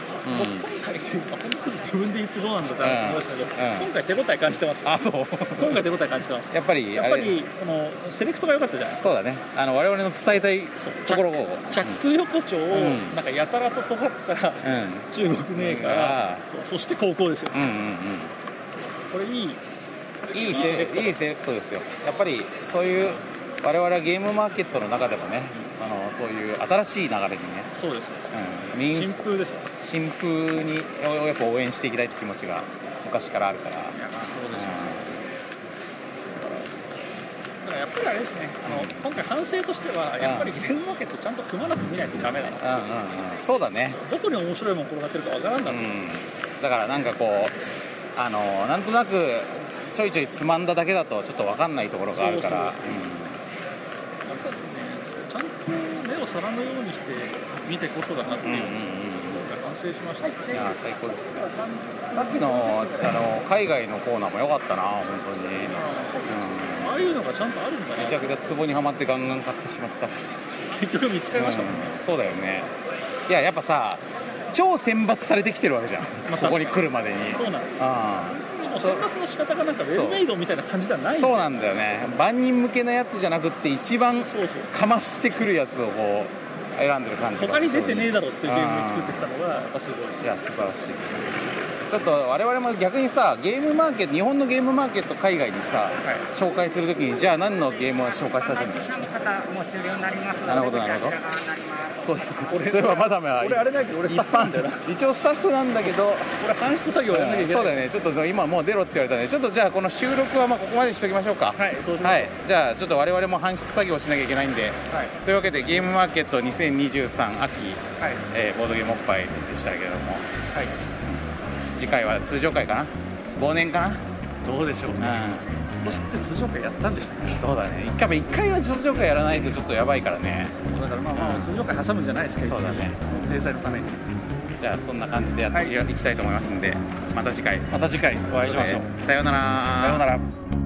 回あこのこと自分で言ってどうなんだって話しましたけど、うん今回手応え感じてますあそう今回手応え感じてますやっぱりやっあぱれりあのセレクトが良かったじゃないですかそうだねあの我々の伝えたいところをチャック横丁をんなんかやたらと尖ったうん中国メーカー、そうそして高校ですよ、うんうんうんこれいいいいセいいセレクトですよやっぱりそういう我々はゲームマーケットの中でもねあのそういう新しい流れにねそうですよ、うん、民新風ですよ新風にをやっぱ応援していきたいって気持ちが昔からあるからそうですよ、だからやっぱりあれですねあの、今回反省としてはやっぱりゲームマーケットちゃんと組まなく見ないとダメだなうんうんうんそうだねどこに面白いもん転がってるかわからんだろう、だからなんかこうあのなんとなくちょいちょいつまんだだけだとちょっと分かんないところがあるからそうやっぱりねちゃんと目を皿のようにして見てこそだなっていう、今回反省しましたねうんいや最高ですねさっきのあの海外のコーナーも良かったな本当に、うんああいうのがちゃんとあるんだめねちゃくちゃツボにはまってガンガン買ってしまった結局見つかりましたもんね、そうだよねいややっぱさ超選抜されてきてるわけじゃん、まあここに来るまでにそうなんでうすんしかも選抜の仕方がなんかウそうェルメイドみたいな感じではないそうなんだよね万人向けのやつじゃなくって一番かましてくるやつをこう選んでる感じが他に出てねえだろっていうゲームを作ってきたのがやっぱすごいいや素晴らしいですちょっと我々も逆にさゲームマーケット日本のゲームマーケット海外にさ、紹介するときにじゃあ何のゲームを紹介させるの方もう終了になりますのでなるほどなるほど そう俺そういえばまだまだ俺あれだけど俺スタッフなんだよな一応スタッフなんだけど俺搬出作業やんなきゃいけなそいうだよねちょっと今もう出ろって言われたんでちょっとじゃあこの収録はまあここまでにしときましょうかはいそうしましょうはい、じゃあちょっと我々も搬出作業しなきゃいけないんで、はいというわけでゲームマーケット2023秋、はいえーボードゲームおっぱいでしたけれども、はい次回は通常回かな忘年かなどうでしょうね、うん、今年って通常会やったんでしたっけどうだね一回一回は通常回やらないとちょっとやばいからねだからまあまあ通常会挟むんじゃないですかそうだね連載のためにじゃあそんな感じでやっていきたいと思いますんで、また次回また次回お会いしましょうといことでさようならさようなら